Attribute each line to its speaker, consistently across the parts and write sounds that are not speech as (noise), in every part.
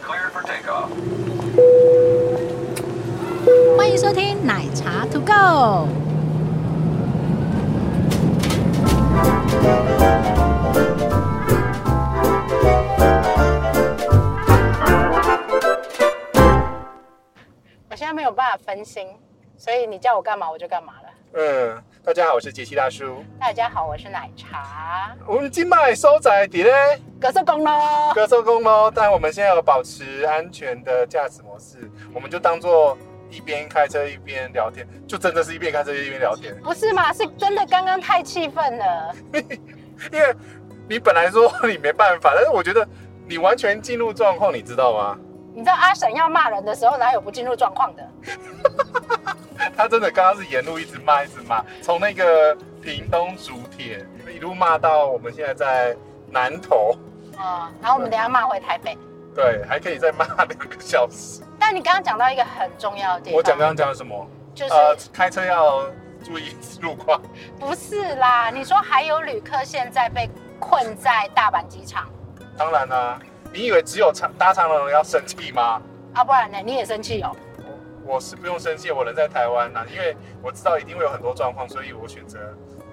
Speaker 1: 吧。
Speaker 2: 欢迎收听奶茶 To Go。
Speaker 3: 我现在没有办法分心，所以你叫我干嘛我就干嘛了。
Speaker 1: 嗯，大家好，我是杰西大叔。
Speaker 3: 大家好，我是奶茶，
Speaker 1: 我们今麦收在伫咧
Speaker 3: 格色工喽。
Speaker 1: 歌手公猫，但我们现在要保持安全的驾驶模式，我们就当做一边开车一边聊天，就真的是一边开车一边聊天，
Speaker 3: 不是嘛？是真的，刚刚太气愤了。
Speaker 1: 因为你本来说你没办法，但是我觉得你完全进入状况，你知道吗？
Speaker 3: 你知道阿婶要骂人的时候，哪有不进入状况的？
Speaker 1: 他真的刚刚是沿路一直骂，一直骂，从那个屏东竹铁一路骂到我们现在在南投，
Speaker 3: 啊、然后我们等一下骂回台北。
Speaker 1: 对，还可以再骂两个小时。
Speaker 3: 但你刚刚讲到一个很重要的地方，
Speaker 1: 我讲刚刚讲了什么？
Speaker 3: 就是、
Speaker 1: 呃，开车要注意路况。
Speaker 3: 不是啦？你说还有旅客现在被困在大阪机场
Speaker 1: 当然啦、你以为只有长搭长龙要生气吗？
Speaker 3: 啊，不然呢？你也生气哦？
Speaker 1: 我我是不用生气，我人在台湾呐、因为我知道一定会有很多状况，所以我选择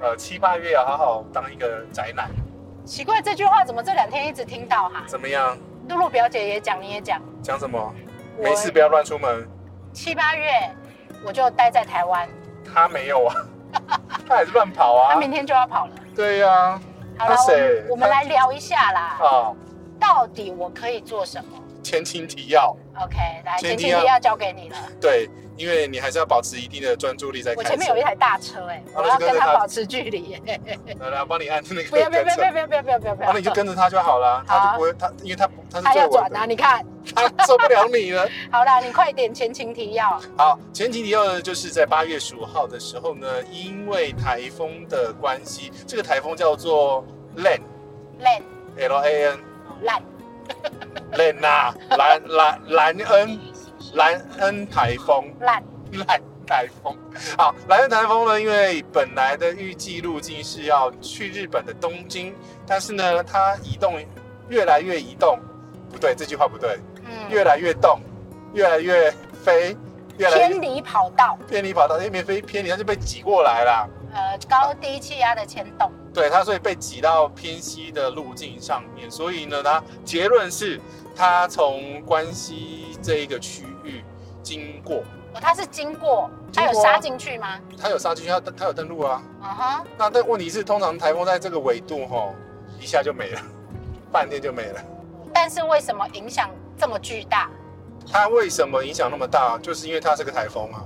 Speaker 1: 呃七八月要好好当一个宅男，
Speaker 3: 奇怪，这句话怎么这两天一直听到哈？
Speaker 1: 怎么样？
Speaker 3: 露露表姐也讲，你也讲。
Speaker 1: 讲什么？
Speaker 3: 我
Speaker 1: 没事，不要乱出门。
Speaker 3: 七八月我就待在台湾，
Speaker 1: 他没有啊， (laughs) 他还是乱跑
Speaker 3: 他
Speaker 1: 啊。
Speaker 3: 明天就要跑了。
Speaker 1: 对呀、啊，
Speaker 3: 好了
Speaker 1: 他谁，
Speaker 3: 我我们来聊一下啦，
Speaker 1: 好，
Speaker 3: 到底我可以做什么
Speaker 1: 前情提要。
Speaker 3: ？OK，来，
Speaker 1: 前
Speaker 3: 前
Speaker 1: 提
Speaker 3: 期
Speaker 1: 要
Speaker 3: 要交给你了。
Speaker 1: 对，因为你还是要保持一定的专注力在
Speaker 3: 我
Speaker 1: 开车。
Speaker 3: 前面有一台大车，哎，
Speaker 1: 好
Speaker 3: 我要
Speaker 1: 那就跟
Speaker 3: 跟
Speaker 1: 着
Speaker 3: 他
Speaker 1: 他
Speaker 3: 保持距离耶。
Speaker 1: 来来，我呃帮你按那个。
Speaker 3: 不要不要不要不要不要不要不要不要！
Speaker 1: 然啊后你就跟着他就好了，
Speaker 3: 好啊
Speaker 1: 他就不会他，因为他不他是
Speaker 3: 他
Speaker 1: 最
Speaker 3: 要
Speaker 1: 稳
Speaker 3: 转啊，
Speaker 1: 的，
Speaker 3: 你看，
Speaker 1: 他受不了你了。 (laughs)
Speaker 3: 好啦，你快点前情提要。
Speaker 1: 好，前几提呢，就是在八月十五号的时候呢，因为台风的关系，这个台风叫做 Lan
Speaker 3: 烂
Speaker 1: L A N
Speaker 3: 烂，
Speaker 1: Lan 呐、啊，兰兰兰恩兰恩台风
Speaker 3: 烂，
Speaker 1: 烂台风。好，蓝恩台风呢，因为本来的预计路径是要去日本的东京，但是呢，它移动越来越移动，不对，这句话不对，
Speaker 3: 嗯，
Speaker 1: 越来越动，越来越飞，越来越
Speaker 3: 偏离跑道，
Speaker 1: 偏离跑道，因为没飞偏离，它就被挤过来啦。
Speaker 3: 呃，高低气压的牵动。
Speaker 1: 对，它所以被挤到偏西的路径上面，所以呢，它结论是它从关西这一个区域经过，
Speaker 3: 哦，他是经过，他
Speaker 1: 经
Speaker 3: 有
Speaker 1: 过啊
Speaker 3: 杀进去吗？
Speaker 1: 它有杀进去，它它有登陆啊。
Speaker 3: 嗯哼，
Speaker 1: 那但问题是，通常台风在这个纬度吼、一下就没了，半天就没了。
Speaker 3: 但是为什么影响这么巨大？
Speaker 1: 它为什么影响那么大？就是因为它是个台风啊。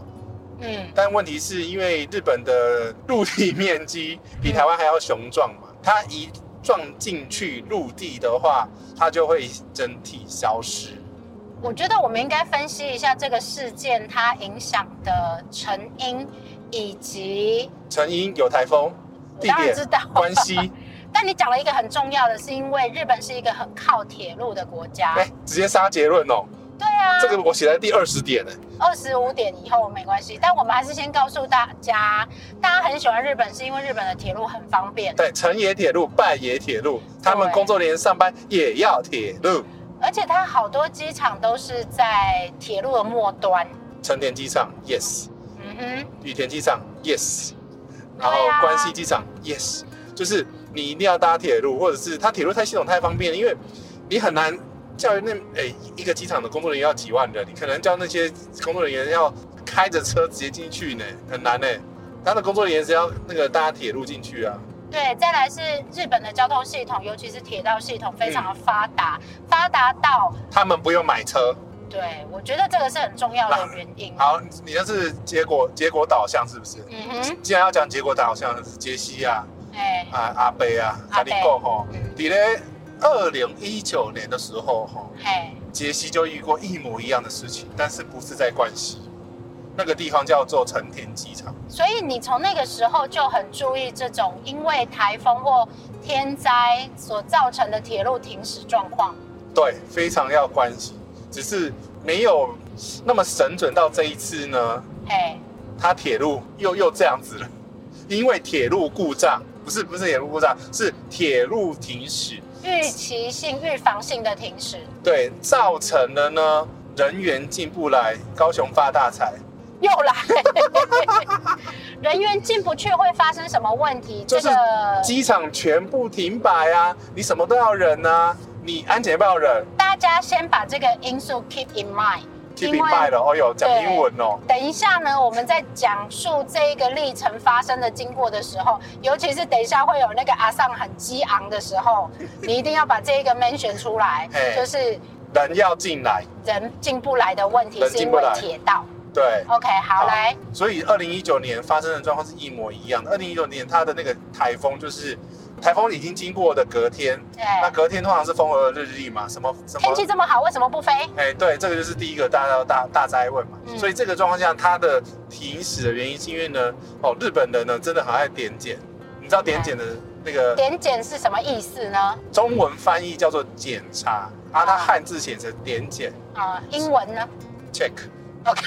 Speaker 3: 嗯，
Speaker 1: 但问题是因为日本的陆地面积比台湾还要雄壮
Speaker 3: (laughs)
Speaker 1: 嘛，它一撞进去陆地的话，它就会整体消失。
Speaker 3: 我觉得我们应该分析一下这个事件它影响的成因，以及
Speaker 1: 成因有台风、
Speaker 3: 我
Speaker 1: 地
Speaker 3: 当然
Speaker 1: 点
Speaker 3: 知道
Speaker 1: 关
Speaker 3: (laughs)
Speaker 1: 系，
Speaker 3: 但你讲了一个很重要的，是因为日本是一个很靠铁路的国家。
Speaker 1: 哎、直接杀结论哦。
Speaker 3: 对啊，
Speaker 1: 这个我写在第二十点呢、
Speaker 3: 二十五点以后没关系，但我们还是先告诉大家，大家很喜欢日本，是因为日本的铁路很方便，
Speaker 1: 对，成也铁路，败也铁路，他们
Speaker 3: 对
Speaker 1: 工作连上班也要铁路。
Speaker 3: 而且它好多机场都是在铁路的末端。
Speaker 1: 成田机场，yes；
Speaker 3: 嗯哼，
Speaker 1: 羽田机场，yes；
Speaker 3: 对
Speaker 1: 然
Speaker 3: 啊
Speaker 1: 后关西机场，yes。就是你一定要搭铁路，或者是它铁路太系统太方便了，因为你很难叫那诶一个机场的工作人员要几万人，你可能叫那些工作人员要开着车直接进去呢，很难呢。他的工作人员是要那个搭铁路进去啊，
Speaker 3: 对，再来是日本的交通系统，尤其是铁道系统非常的发达，发达到
Speaker 1: 他们不用买车。
Speaker 3: 对我觉得这个是很重要的原因。
Speaker 1: 好，你这是结果结果导向是不是？
Speaker 3: 嗯哼，
Speaker 1: 既然要讲结果导向，是杰西啊，
Speaker 3: 哎、
Speaker 1: 啊阿贝啊，
Speaker 3: 阿
Speaker 1: 跟
Speaker 3: 伯
Speaker 1: 你讲吼
Speaker 3: 嗯，
Speaker 1: 你咧二零一九年的时候吼，
Speaker 3: 哎，
Speaker 1: 杰西就遇过一模一样的事情，但是不是在关西，那个地方叫做成田机场。
Speaker 3: 所以你从那个时候就很注意这种因为台风或天灾所造成的铁路停驶状况。
Speaker 1: 对，非常要关系，只是没有那么神准到这一次呢，
Speaker 3: 哎，
Speaker 1: 它铁路又又这样子了，因为铁路故障，不是不是铁路故障，是铁路停驶。
Speaker 3: 预期性、预防性的停驶。
Speaker 1: 对，造成了呢人员进不来，高雄发大财。
Speaker 3: 又
Speaker 1: (laughs)
Speaker 3: 来，人员进不去会发生什么问题？
Speaker 1: 就
Speaker 3: 这
Speaker 1: 是
Speaker 3: 个
Speaker 1: 机场全部停摆啊，你什么都要忍啊，你安检也不要忍
Speaker 3: 大家先把这个因素 keep in mind。
Speaker 1: ，keep
Speaker 3: 因
Speaker 1: in
Speaker 3: 为
Speaker 1: mind 了。哦哟，讲
Speaker 3: 对
Speaker 1: 英文哦，
Speaker 3: 等一下呢，我们在讲述这一个历程发生的经过的时候，尤其是等一下会有那个阿尚很激昂的时
Speaker 1: (laughs)
Speaker 3: 候，你一定要把这一个 mention 出来
Speaker 1: 嘿，
Speaker 3: 就是
Speaker 1: 人要进来，
Speaker 3: 人进不来的问题
Speaker 1: 人
Speaker 3: 是
Speaker 1: 进
Speaker 3: 因
Speaker 1: 不
Speaker 3: 为
Speaker 1: 来
Speaker 3: 铁道。
Speaker 1: 对。
Speaker 3: OK，好，
Speaker 1: 好
Speaker 3: 来，
Speaker 1: 所以二零一九年发生的状况是一模一样的。二零一九年它的那个台风就是台风已经经过的隔天，
Speaker 3: 对，
Speaker 1: 那隔天通常是风和日丽嘛，什么什
Speaker 3: 哎天
Speaker 1: 么
Speaker 3: 气这么好，为什么不飞？
Speaker 1: 哎，对，这个就是第一个大大大大灾问嘛。
Speaker 3: 嗯
Speaker 1: 所以这个状况下，它的停驶的原因是因为呢，哦，日本人呢真的很爱点检，你知道点检的那个
Speaker 3: 点检是什么意思呢？
Speaker 1: 中文翻译叫做检查，啊，它汉字写成点检
Speaker 3: 啊、英文呢
Speaker 1: check，
Speaker 3: ？OK，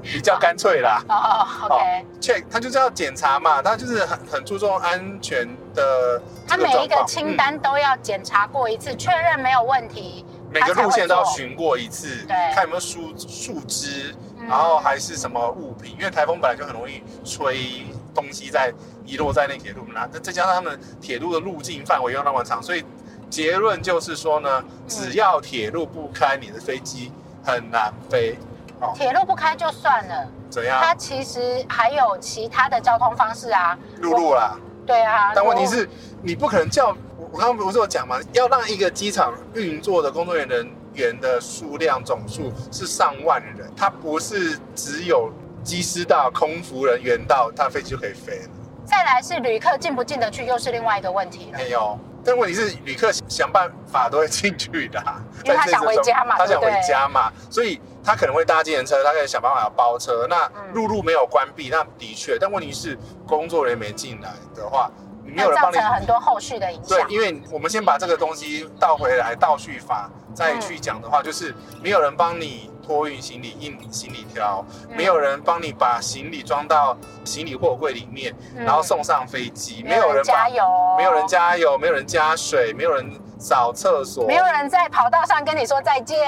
Speaker 1: (laughs) 比较干脆啦。
Speaker 3: 哦，OK，
Speaker 1: check，它就是要检查嘛，它就是很很注重安全的
Speaker 3: 他
Speaker 1: 这个嗯
Speaker 3: 每一
Speaker 1: 状
Speaker 3: 个
Speaker 1: 况。
Speaker 3: 清单都要检查过一次，确认没有问题。
Speaker 1: 嗯每个路线都要巡过一次，
Speaker 3: 对
Speaker 1: 看有没有树树枝，
Speaker 3: 嗯
Speaker 1: 然后还是什么物品，因为台风本来就很容易吹东西在遗落在那铁路啦，那再加上他们铁路的路径范围又那么长，所以结论就是说呢，只要铁路不开，你的飞机很难飞。哦，
Speaker 3: 铁路不开就算了，
Speaker 1: 怎样？
Speaker 3: 它其实还有其他的交通方式啊。
Speaker 1: 陆路啦。
Speaker 3: 对啊，
Speaker 1: 但问题
Speaker 3: 如果，
Speaker 1: 是，你不可能叫我我刚刚不是有讲嘛，要让一个机场运作的工作人员员的数量总数是上万人，它不是只有机师到、空服人员到，它飞机就可以飞了。
Speaker 3: 再来是旅客进不进得去，又是另外一个问题了。
Speaker 1: 没有，但问题是旅客想办法都会进去的啊、
Speaker 3: 因为他想回家嘛对不
Speaker 1: 在这之中他
Speaker 3: 对
Speaker 1: 想回家嘛，所以他可能会搭计程车，他可以想办法包车。那
Speaker 3: 嗯
Speaker 1: 陆路没有关闭，那的确，但问题是工作人员没进来的话，你没
Speaker 3: 那
Speaker 1: 有人
Speaker 3: 造
Speaker 1: 帮你
Speaker 3: 成很多后续的影响
Speaker 1: 对，。因为我们先把这个东西倒回来，倒叙法再
Speaker 3: 嗯
Speaker 1: 去讲的话，就是没有人帮你托运行李、印行李条，
Speaker 3: 嗯
Speaker 1: 没有人帮你把行李装到行李货柜里面，
Speaker 3: 嗯
Speaker 1: 然后送上飞机，
Speaker 3: 没
Speaker 1: 没
Speaker 3: 有
Speaker 1: 有
Speaker 3: 人
Speaker 1: 人
Speaker 3: 加
Speaker 1: 把，
Speaker 3: 油，
Speaker 1: 没有人，加油，没有人加水，没有人扫厕所，
Speaker 3: 没有人在跑道上跟你说再见。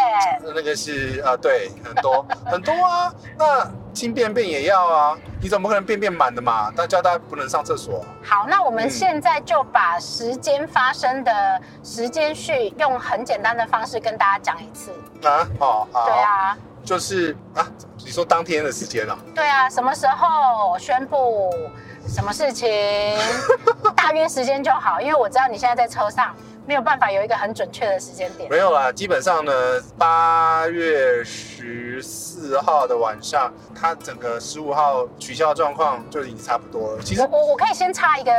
Speaker 1: 那个是啊，对，很多 (laughs) 很多啊，那清便便也要啊，你怎么可能便便满的嘛？但叫大家不能上厕所啊、
Speaker 3: 好，那我们
Speaker 1: 嗯
Speaker 3: 现在就把时间发生的时间序用很简单的方式跟大家讲一次。
Speaker 1: 啊，哦，好，
Speaker 3: 对啊，
Speaker 1: 就是啊，你说当天的时间啊。
Speaker 3: 对啊，什么时候宣布什么事情，大约时间就好，因为我知道你现在在车上，没有办法有一个很准确的时间点。
Speaker 1: 没有啦，基本上呢，八月十四号的晚上，它整个十五号取消的状况就已经差不多了。其实
Speaker 3: 我我我可以先插一个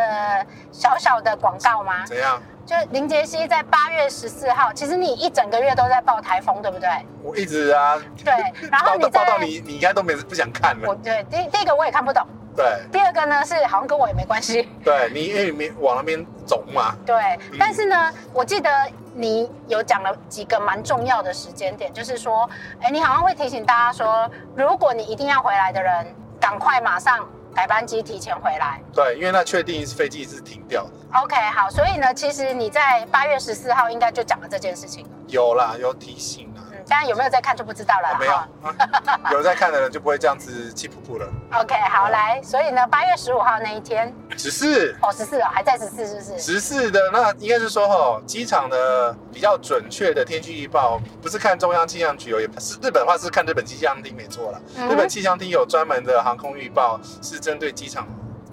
Speaker 3: 小小的广告吗？
Speaker 1: 怎样，
Speaker 3: 就是林杰西在八月十四号，其实你一整个月都在报台风，对不对？
Speaker 1: 我一直啊，
Speaker 3: 对，然后
Speaker 1: 报
Speaker 3: 你
Speaker 1: 道
Speaker 3: 在
Speaker 1: 报道你，你应该都没不想看
Speaker 3: 我
Speaker 1: 了。
Speaker 3: 对第第一个我也看不懂，
Speaker 1: 对
Speaker 3: 第二个呢是好像跟我也没关系，
Speaker 1: 对，你因为你没往那边走嘛，
Speaker 3: 对，但是呢，我记得你有讲了几个蛮重要的时间点，就是说，哎，你好像会提醒大家说，如果你一定要回来的人，赶快马上改班机，提前回来。
Speaker 1: 对，因为那确定是飞机是停掉的。
Speaker 3: OK，好，所以呢，其实你在八月十四号应该就讲了这件事情了，
Speaker 1: 有啦，有提醒啦。
Speaker 3: 嗯，当然有没有在看就不知道了啦。(laughs)
Speaker 1: 啊、没有、
Speaker 3: 哈
Speaker 1: 啊，有在看的人就不会这样子气噗噗了。
Speaker 3: OK，好，来，所以呢，八月十五号那一天，
Speaker 1: 只是
Speaker 3: 哦，十四哦，还在十四，是不是？
Speaker 1: 十四的那应该是说哈，机场的比较准确的天气预报，不是看中央气象局哦，也不是日本的话是看日本气象厅没错啦。
Speaker 3: 嗯
Speaker 1: 日本气象厅有专门的航空预报，是针对机场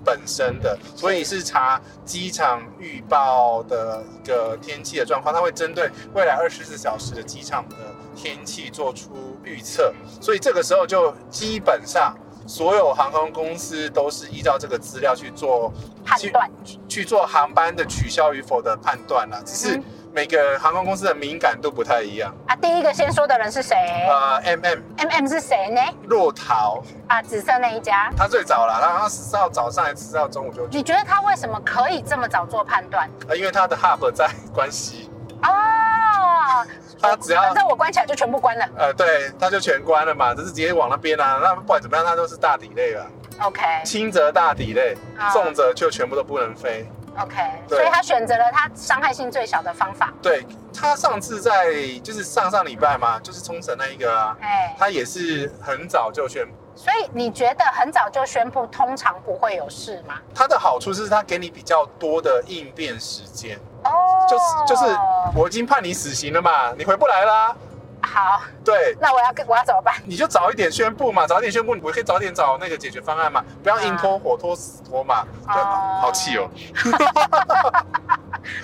Speaker 1: 本身的，所以是查机场预报的一个天气的状况，它会针对未来二十四小时的机场的天气做出预测，所以这个时候就基本上。所有航空公司都是依照这个资料去做
Speaker 3: 判
Speaker 1: 去
Speaker 3: 断
Speaker 1: 去做航班的取消与否的判断啦，只是
Speaker 3: 嗯
Speaker 1: 每个航空公司的敏感度不太一样。
Speaker 3: 啊，第一个先说的人是谁
Speaker 1: 呃，M M
Speaker 3: ？M M 是谁呢？
Speaker 1: 若桃，
Speaker 3: 啊，紫色那一家。
Speaker 1: 他最早啦，然后十四号早上还是十四号中午就去，
Speaker 3: 你觉得他为什么可以这么早做判断？
Speaker 1: 呃，因为他的 hub 在关西，
Speaker 3: 哦，
Speaker 1: 他只要
Speaker 3: 反正我关起来就全部关了。
Speaker 1: 呃，对，他就全关了嘛，就是直接往那边啊，那不管怎么样，他都是大底类了，
Speaker 3: OK
Speaker 1: 轻则大底类
Speaker 3: 啊，
Speaker 1: 重则就全部都不能飞。
Speaker 3: OK，
Speaker 1: 对
Speaker 3: 所以他选择了他伤害性最小的方法。
Speaker 1: 对他上次在就是上上礼拜嘛，就是冲绳那一个啊，
Speaker 3: 哎，
Speaker 1: 他也是很早就宣布。
Speaker 3: 所以你觉得很早就宣布，通常不会有事吗？
Speaker 1: 它的好处是它给你比较多的应变时间，
Speaker 3: 哦，
Speaker 1: 就是就是我已经判你死刑了嘛，你回不来啦。
Speaker 3: 好，
Speaker 1: 对，
Speaker 3: 那我要跟我要怎么办？ (laughs)
Speaker 1: 你就早一点宣布嘛，早一点宣布，你不可以早点找那个解决方案嘛，不要硬拖火拖死拖嘛。对，
Speaker 3: 哦
Speaker 1: 好气哦！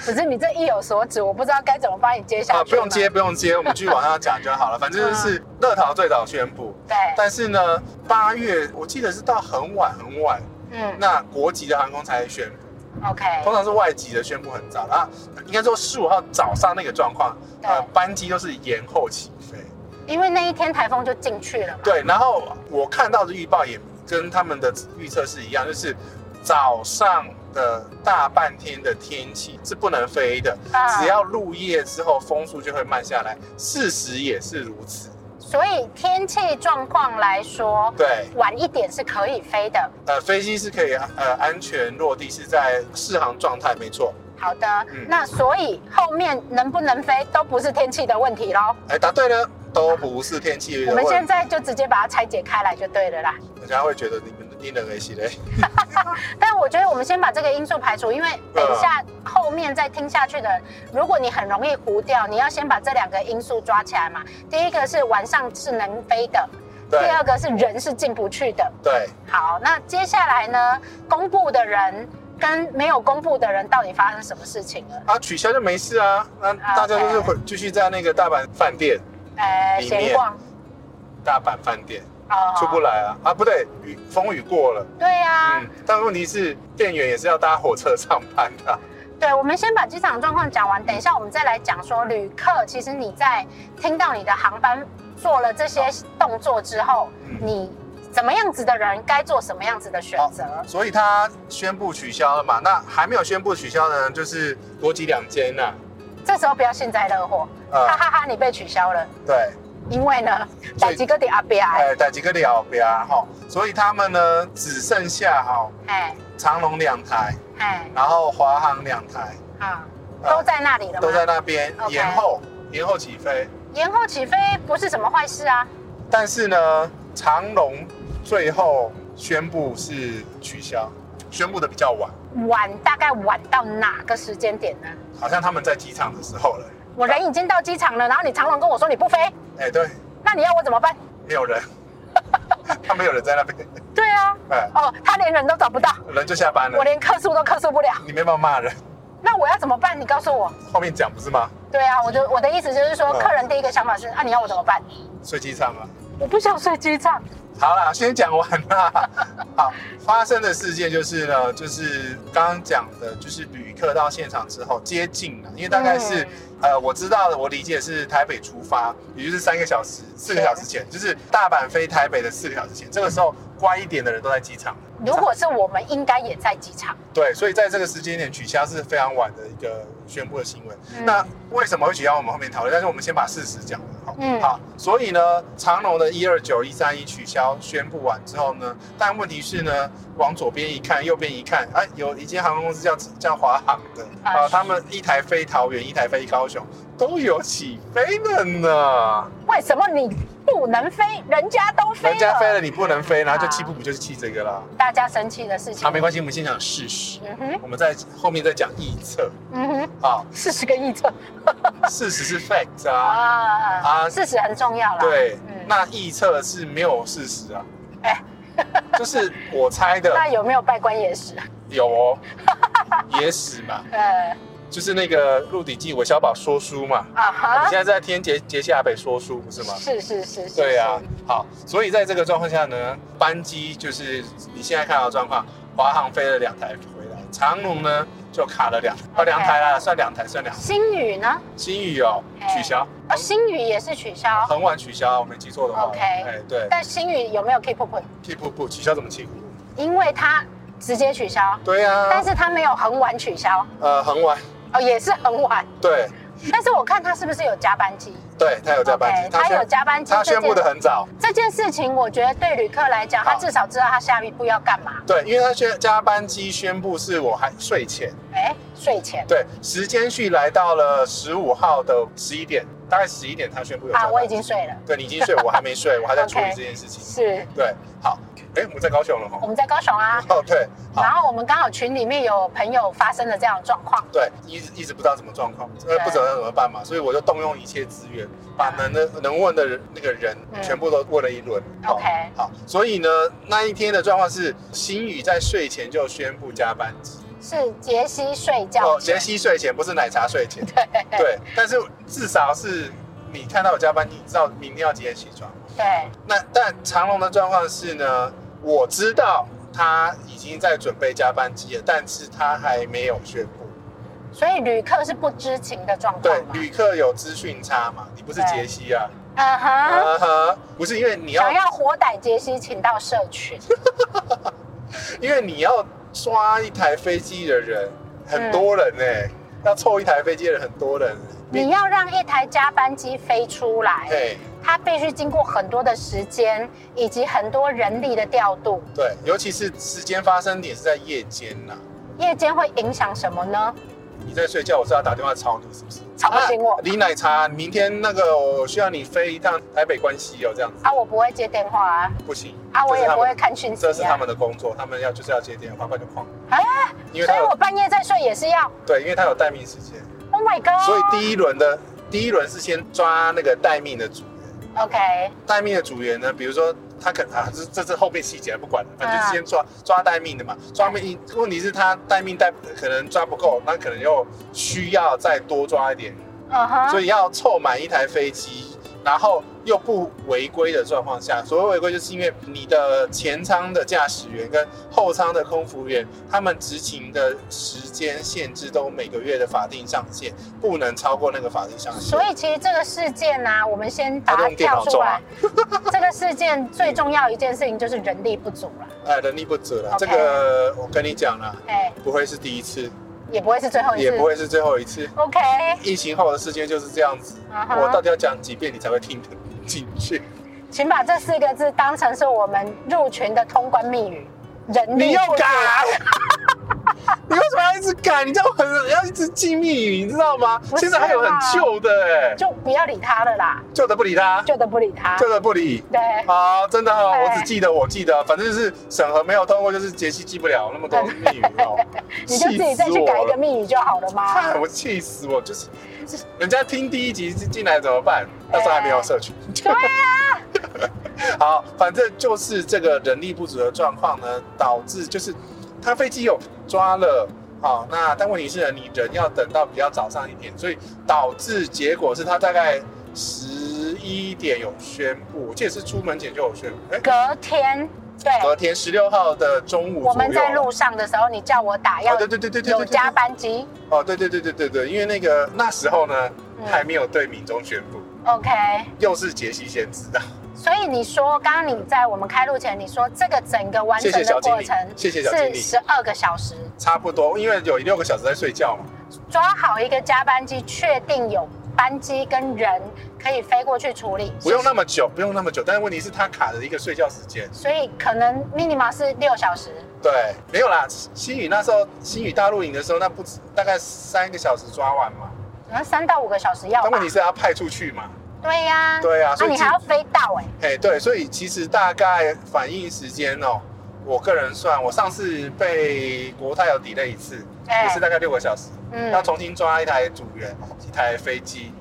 Speaker 3: 可是你这意有所指，我不知道该怎么帮你接下去、
Speaker 1: 啊，不用接，，不用接，我们继续往下讲就好了。反正就是乐桃最早宣布，
Speaker 3: 对，
Speaker 1: 但是呢，八月我记得是到很晚很晚，
Speaker 3: 嗯
Speaker 1: 那国籍的航空才宣布。
Speaker 3: ，OK，
Speaker 1: 通常是外籍的宣布很早啊，应该说十五号早上那个状况，
Speaker 3: 对
Speaker 1: 呃，班机都是延后起飞。
Speaker 3: 因为那一天台风就进去了嘛。
Speaker 1: 对，然后我看到的预报也跟他们的预测是一样，就是早上的大半天的天气是不能飞的，
Speaker 3: 啊
Speaker 1: 只要入夜之后风速就会慢下来，事实也是如此。
Speaker 3: 所以天气状况来说，
Speaker 1: 对，
Speaker 3: 晚一点是可以飞的。
Speaker 1: 呃，飞机是可以呃安全落地，是在适航状态，没错。
Speaker 3: 好的，
Speaker 1: 嗯
Speaker 3: 那所以后面能不能飞都不是天气的问题喽。
Speaker 1: 哎，答对了，都不是天气的
Speaker 3: 我们
Speaker 1: 问
Speaker 3: 现
Speaker 1: 题，
Speaker 3: 在就直接把它拆解开来就对了啦。
Speaker 1: 人家会觉得你们因人而异嘞。
Speaker 3: 但我觉得我们先把这个因素排除，因为
Speaker 1: 嗯
Speaker 3: 等一下后面再听下去的人，如果你很容易糊掉，你要先把这两个因素抓起来嘛。第一个是晚上是能飞的，第
Speaker 1: 对
Speaker 3: 二个是人是进不去的。
Speaker 1: 对，
Speaker 3: 好，那接下来呢，公布的人跟没有公布的人到底发生什么事情了？
Speaker 1: 啊，取消就没事啊，那大家就是回继续在那个大阪饭店，
Speaker 3: 呃，
Speaker 1: 里面
Speaker 3: 闲逛
Speaker 1: 大阪饭店
Speaker 3: 哦
Speaker 1: 出不来啊，啊不对，雨风雨过了，
Speaker 3: 对啊呀、
Speaker 1: 嗯，但问题是店员也是要搭火车上班的啊， (laughs)
Speaker 3: 对，我们先把机场状况讲完，等一下我们再来讲说旅客。其实你在听到你的航班做了这些动作之后，
Speaker 1: 嗯
Speaker 3: 你怎么样子的人该做什么样子的选择？
Speaker 1: 所以他宣布取消了嘛，那还没有宣布取消呢，就是国籍两间啊呐，
Speaker 3: 这时候不要幸灾乐祸，
Speaker 1: 呃
Speaker 3: 哈哈哈你被取消了，
Speaker 1: 对，
Speaker 3: 因为呢，打
Speaker 1: 所以
Speaker 3: 几个点阿伯哎，
Speaker 1: 哎，打几个了不要哈，所以他们呢只剩下哈
Speaker 3: 哎
Speaker 1: 长龙两台，
Speaker 3: 哎
Speaker 1: 然后华航两台
Speaker 3: 啊，
Speaker 1: 呃
Speaker 3: 都在那里了吗？
Speaker 1: 都在那边
Speaker 3: OK
Speaker 1: 延后延后起飞。
Speaker 3: 延后起飞不是什么坏事啊。
Speaker 1: 但是呢，长龙最后宣布是取消，宣布的比较晚，
Speaker 3: 晚大概晚到哪个时间点呢？
Speaker 1: 好像他们在机场的时候了。
Speaker 3: 我人已经到机场了，然后你长龙跟我说你不飞，
Speaker 1: 哎、对，
Speaker 3: 那你要我怎么办？
Speaker 1: 没有人， (laughs) 他们有人在那边，
Speaker 3: 对啊，
Speaker 1: 哎、
Speaker 3: 哦，他连人都找不到，
Speaker 1: 人就下班
Speaker 3: 我
Speaker 1: 了，
Speaker 3: 连客诉都客诉不了，
Speaker 1: 你没办法骂人。
Speaker 3: 那我要怎么办？你告诉我。
Speaker 1: 后面讲不是吗？
Speaker 3: 对啊，我就我的意思就是说，
Speaker 1: 嗯
Speaker 3: 客人第一个想法是啊，你要我怎么办？
Speaker 1: 睡机场啊。
Speaker 3: 我不想睡机场。
Speaker 1: 好啦，先讲完啦。 (laughs) 好，发生的事件就是呢，就是刚刚讲的，就是旅客到现场之后接近了，因为大概是、
Speaker 3: 嗯
Speaker 1: 呃，我知道的，我理解是台北出发，也就是三个小时、四个小时前，就是大阪飞台北的四个小时前，这个时候乖一点的人都在机场了。
Speaker 3: 如果是我们，应该也在机场。
Speaker 1: 对，所以在这个时间点取消是非常晚的一个宣布的新闻。
Speaker 3: 嗯
Speaker 1: 那为什么会取消？我们后面讨论，但是我们先把事实讲了。好，
Speaker 3: 嗯
Speaker 1: 好。所以呢，长隆的一二九、一三一取消宣布完之后呢，但问题是呢，往左边一看，右边一看，哎、有一间航空公司叫叫华航的，
Speaker 3: 啊
Speaker 1: 啊，他们一台飞桃园，一台飞高雄，都有起飞了呢。
Speaker 3: 为什么你不能飞？人家都飞了，
Speaker 1: 人家飞了，你不能飞，然后就气不补，就是气这个啦。
Speaker 3: 大家生气的事情。
Speaker 1: 好，没关系，我们先讲事实，
Speaker 3: 嗯哼，
Speaker 1: 我们在后面再讲臆测。
Speaker 3: 嗯哼，
Speaker 1: 好，
Speaker 3: 四十个议程
Speaker 1: 事实是 fact 啊。
Speaker 3: 啊
Speaker 1: 啊
Speaker 3: 事实很重要啦。
Speaker 1: 对，
Speaker 3: 嗯
Speaker 1: 那臆测是没有事实啊，
Speaker 3: 哎
Speaker 1: 就是我猜的
Speaker 3: 那有没有拜官野史？
Speaker 1: 有哦， (laughs) 野史嘛，
Speaker 3: 呃
Speaker 1: 就是那个《鹿鼎记》韦小宝说书嘛，
Speaker 3: 啊
Speaker 1: 我们
Speaker 3: 哈
Speaker 1: 现，在在天杰杰西亚北说书不是吗？
Speaker 3: 是是是是，
Speaker 1: 对啊
Speaker 3: 是，
Speaker 1: 好，所以在这个状况下呢，班机就是你现在看到的状况，华航飞了两台回来，长龙呢就卡了两啊两台啦，算两台算两台，
Speaker 3: 星宇呢？
Speaker 1: 新宇哦取消，
Speaker 3: 啊，星宇也是取消，
Speaker 1: 很晚取消，我没记错的话，
Speaker 3: OK
Speaker 1: 哎对
Speaker 3: 但星宇有没有 keep up？
Speaker 1: 气不不取消怎么气？
Speaker 3: 因为他直接取消，
Speaker 1: 对啊，
Speaker 3: 但是他没有很晚取消，
Speaker 1: 呃很晚。
Speaker 3: 哦，也是很晚。
Speaker 1: 对，
Speaker 3: 但是我看他是不是有加班机？
Speaker 1: 对他有加班
Speaker 3: OK，
Speaker 1: 机
Speaker 3: 他有
Speaker 1: 宣
Speaker 3: 加班机
Speaker 1: 他
Speaker 3: 这
Speaker 1: 宣布的
Speaker 3: 件
Speaker 1: 很早，
Speaker 3: 这件事情，我觉得对旅客来讲，他
Speaker 1: 好
Speaker 3: 至少知道他下一步要干嘛。
Speaker 1: 对，因为他宣加班机宣布是我还睡前，
Speaker 3: 哎，睡前
Speaker 1: 对，时间序来到了十五号的十一点，大概十一点他宣布有加
Speaker 3: 啊，
Speaker 1: 班
Speaker 3: 我已经睡了。
Speaker 1: 对你已经睡，我还没睡，我还在处理
Speaker 3: (laughs) OK
Speaker 1: 这件事情。
Speaker 3: 是
Speaker 1: 对，好，哎，我们在高雄了
Speaker 3: 我
Speaker 1: 哈。
Speaker 3: 们在高雄啊，
Speaker 1: 哦，对，
Speaker 3: 然
Speaker 1: 好，
Speaker 3: 后我们刚好群里面有朋友发生了这样的状况，
Speaker 1: 对，一直一直不知道什么状况，呃
Speaker 3: 对，
Speaker 1: 不知道怎么办嘛，所以我就动用一切资源，把能的能问的人那个人
Speaker 3: 嗯
Speaker 1: 全部都问了一轮。好
Speaker 3: OK
Speaker 1: 好，所以呢，那一天的状况是，新宇在睡前就宣布加班机。
Speaker 3: 是杰西睡觉
Speaker 1: 哦，
Speaker 3: 前
Speaker 1: 杰西睡前不是奶茶睡前。对但是至少是你看到我加班，你知道明天要几点起床。
Speaker 3: 对
Speaker 1: 那但长龙的状况是呢，我知道他已经在准备加班机了，但是他还没有宣布。
Speaker 3: 所以旅客是不知情的状
Speaker 1: 对
Speaker 3: 况，嘛？
Speaker 1: 旅客有资讯差嘛？你不是杰西啊？
Speaker 3: 嗯哼，
Speaker 1: 啊哈，不是因为你要
Speaker 3: 想，要活逮杰西，请到社
Speaker 1: (laughs)
Speaker 3: 群。
Speaker 1: 因为你要抓一台飞机的人
Speaker 3: 嗯
Speaker 1: 很多人呢、要凑一台飞机的人很多人。
Speaker 3: 你要让一台加班机飞出来，
Speaker 1: 嘿，
Speaker 3: 它必须经过很多的时间以及很多人力的调度。
Speaker 1: 对，尤其是时间发生点是在夜间呐、
Speaker 3: 夜间会影响什么呢？
Speaker 1: 你在睡觉，我是要打电话吵你，是不是？
Speaker 3: 吵不醒我
Speaker 1: 啊李奶茶，明天那个我需要你飞一趟台北关西哦，这样子
Speaker 3: 啊，我不会接电话啊，
Speaker 1: 不行。
Speaker 3: 啊，我
Speaker 1: 这是
Speaker 3: 也
Speaker 1: 他
Speaker 3: 不
Speaker 1: 们
Speaker 3: 会看讯息、啊。
Speaker 1: 这是他们的工作，他们要就是要接电话，不然就哐。
Speaker 3: 啊，
Speaker 1: 因为
Speaker 3: 所
Speaker 1: 他
Speaker 3: 以我
Speaker 1: 有
Speaker 3: 半夜在睡也是要。
Speaker 1: 对，因为他有待命时间，
Speaker 3: Oh my god！
Speaker 1: 所以第一轮的第一轮是先抓那个待命的组员。
Speaker 3: OK，
Speaker 1: 待命的组员呢，比如说他可能啊，这这是后面细节不管了，反
Speaker 3: 嗯
Speaker 1: 正就是先抓抓待命的嘛。抓命问题是他待命待可能抓不够，那可能又需要再多抓一点
Speaker 3: 嗯哼，
Speaker 1: 所以要凑满一台飞机，然后又不违规的状况下，所谓违规就是因为你的前舱的驾驶员跟后舱的空服员，他们执勤的时间限制都每个月的法定上限，不能超过那个法定上限。
Speaker 3: 所以其实这个事件呢、我们先把
Speaker 1: 他
Speaker 3: 它
Speaker 1: 用电脑
Speaker 3: 跳出来。 (laughs) 这个事件最重要一件事情就是人力不足了，
Speaker 1: 哎，人力不足了
Speaker 3: OK
Speaker 1: 这个我跟你讲了，
Speaker 3: 哎，
Speaker 1: 不会是第一次，
Speaker 3: 也不会是最后一次，
Speaker 1: 也不会是最后一次。
Speaker 3: OK，
Speaker 1: 疫情后的世界就是这样子
Speaker 3: 嗯哼
Speaker 1: 我到底要讲几遍你才会听得进
Speaker 3: (laughs)
Speaker 1: 去？
Speaker 3: 请把这四个字当成是我们入群的通关密语。人
Speaker 1: 你
Speaker 3: 力
Speaker 1: 又
Speaker 3: 不足
Speaker 1: 改？ (laughs) 你为什么要一直改？你这样很要一直记密语，你知道吗？
Speaker 3: 不是啊
Speaker 1: 现在还有很旧的哎、
Speaker 3: 就不要理他了啦，
Speaker 1: 旧的不理他，
Speaker 3: 旧的不理他。
Speaker 1: 旧的不理。
Speaker 3: 对，
Speaker 1: 好，真的哦，
Speaker 3: 对，
Speaker 1: 我只记得我记得，反正就是审核没有通过，就是杰西记不了那么多密语哦
Speaker 3: (laughs) 你就自己再去改一个密语就好了嘛
Speaker 1: 看。我 (laughs) 气死我，就是就是人家听第一集进来怎么办？那时候还没有社群。
Speaker 3: (laughs) 对啊，
Speaker 1: 好，反正就是这个人力不足的状况呢，导致就是他飞机有抓了，好，那但问题是呢，你人要等到比较早上一点，所以导致结果是他大概十一点有宣布，我记得是出门前就有宣布，哎、
Speaker 3: 隔天，对，
Speaker 1: 隔天十六号的中午左右，
Speaker 3: 我们在路上的时候，你叫我打要
Speaker 1: 哦，对对对对对对，
Speaker 3: 有
Speaker 1: 对
Speaker 3: 加，班机
Speaker 1: 哦，对对对对对对，因为那个那时候呢
Speaker 3: 嗯
Speaker 1: 还没有对民众宣布，
Speaker 3: ，OK。
Speaker 1: 又是杰西先知道，
Speaker 3: 所以你说，刚刚你在我们开录前，你说这个整个完整
Speaker 1: 谢
Speaker 3: 的
Speaker 1: 谢小经
Speaker 3: 过
Speaker 1: 理
Speaker 3: 程
Speaker 1: 谢谢小经
Speaker 3: 是
Speaker 1: 理
Speaker 3: 十二个小时，
Speaker 1: 差不多，因为有六个小时在睡觉嘛。
Speaker 3: 抓好一个加班机，确定有班机跟人可以飞过去处理，
Speaker 1: 不用那么久，不用那么久。但是问题是，他卡了一个睡觉时间。
Speaker 3: 所以可能 minimum 是六小时，
Speaker 1: 对，没有啦。新宇那时候，新宇大陆营的时候，那不止大概三个小时抓完嘛。
Speaker 3: 可能三到五个小时要
Speaker 1: 但
Speaker 3: 吧
Speaker 1: 问？题是要派出去嘛？
Speaker 3: 对呀、
Speaker 1: 对啊
Speaker 3: 那、
Speaker 1: 所以
Speaker 3: 你
Speaker 1: 其
Speaker 3: 还要飞到哎、
Speaker 1: 哎，对，所以其实大概反应时间哦，我个人算，我上次被国泰有 delay 一次，
Speaker 3: 哎
Speaker 1: 也是大概六个小时，要
Speaker 3: 嗯，
Speaker 1: 重新抓一台组员，一台飞机，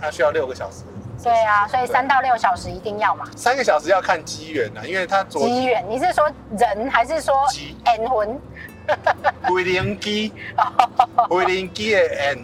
Speaker 1: 它需要六个小时。
Speaker 3: 对啊，所以
Speaker 1: 对
Speaker 3: 三到六小时一定要嘛。
Speaker 1: 三个小时要看机缘啦，因为它昨
Speaker 3: 机缘，你是说人还是说
Speaker 1: 机
Speaker 3: N 魂？
Speaker 1: 飞灵机，飞灵机的缘，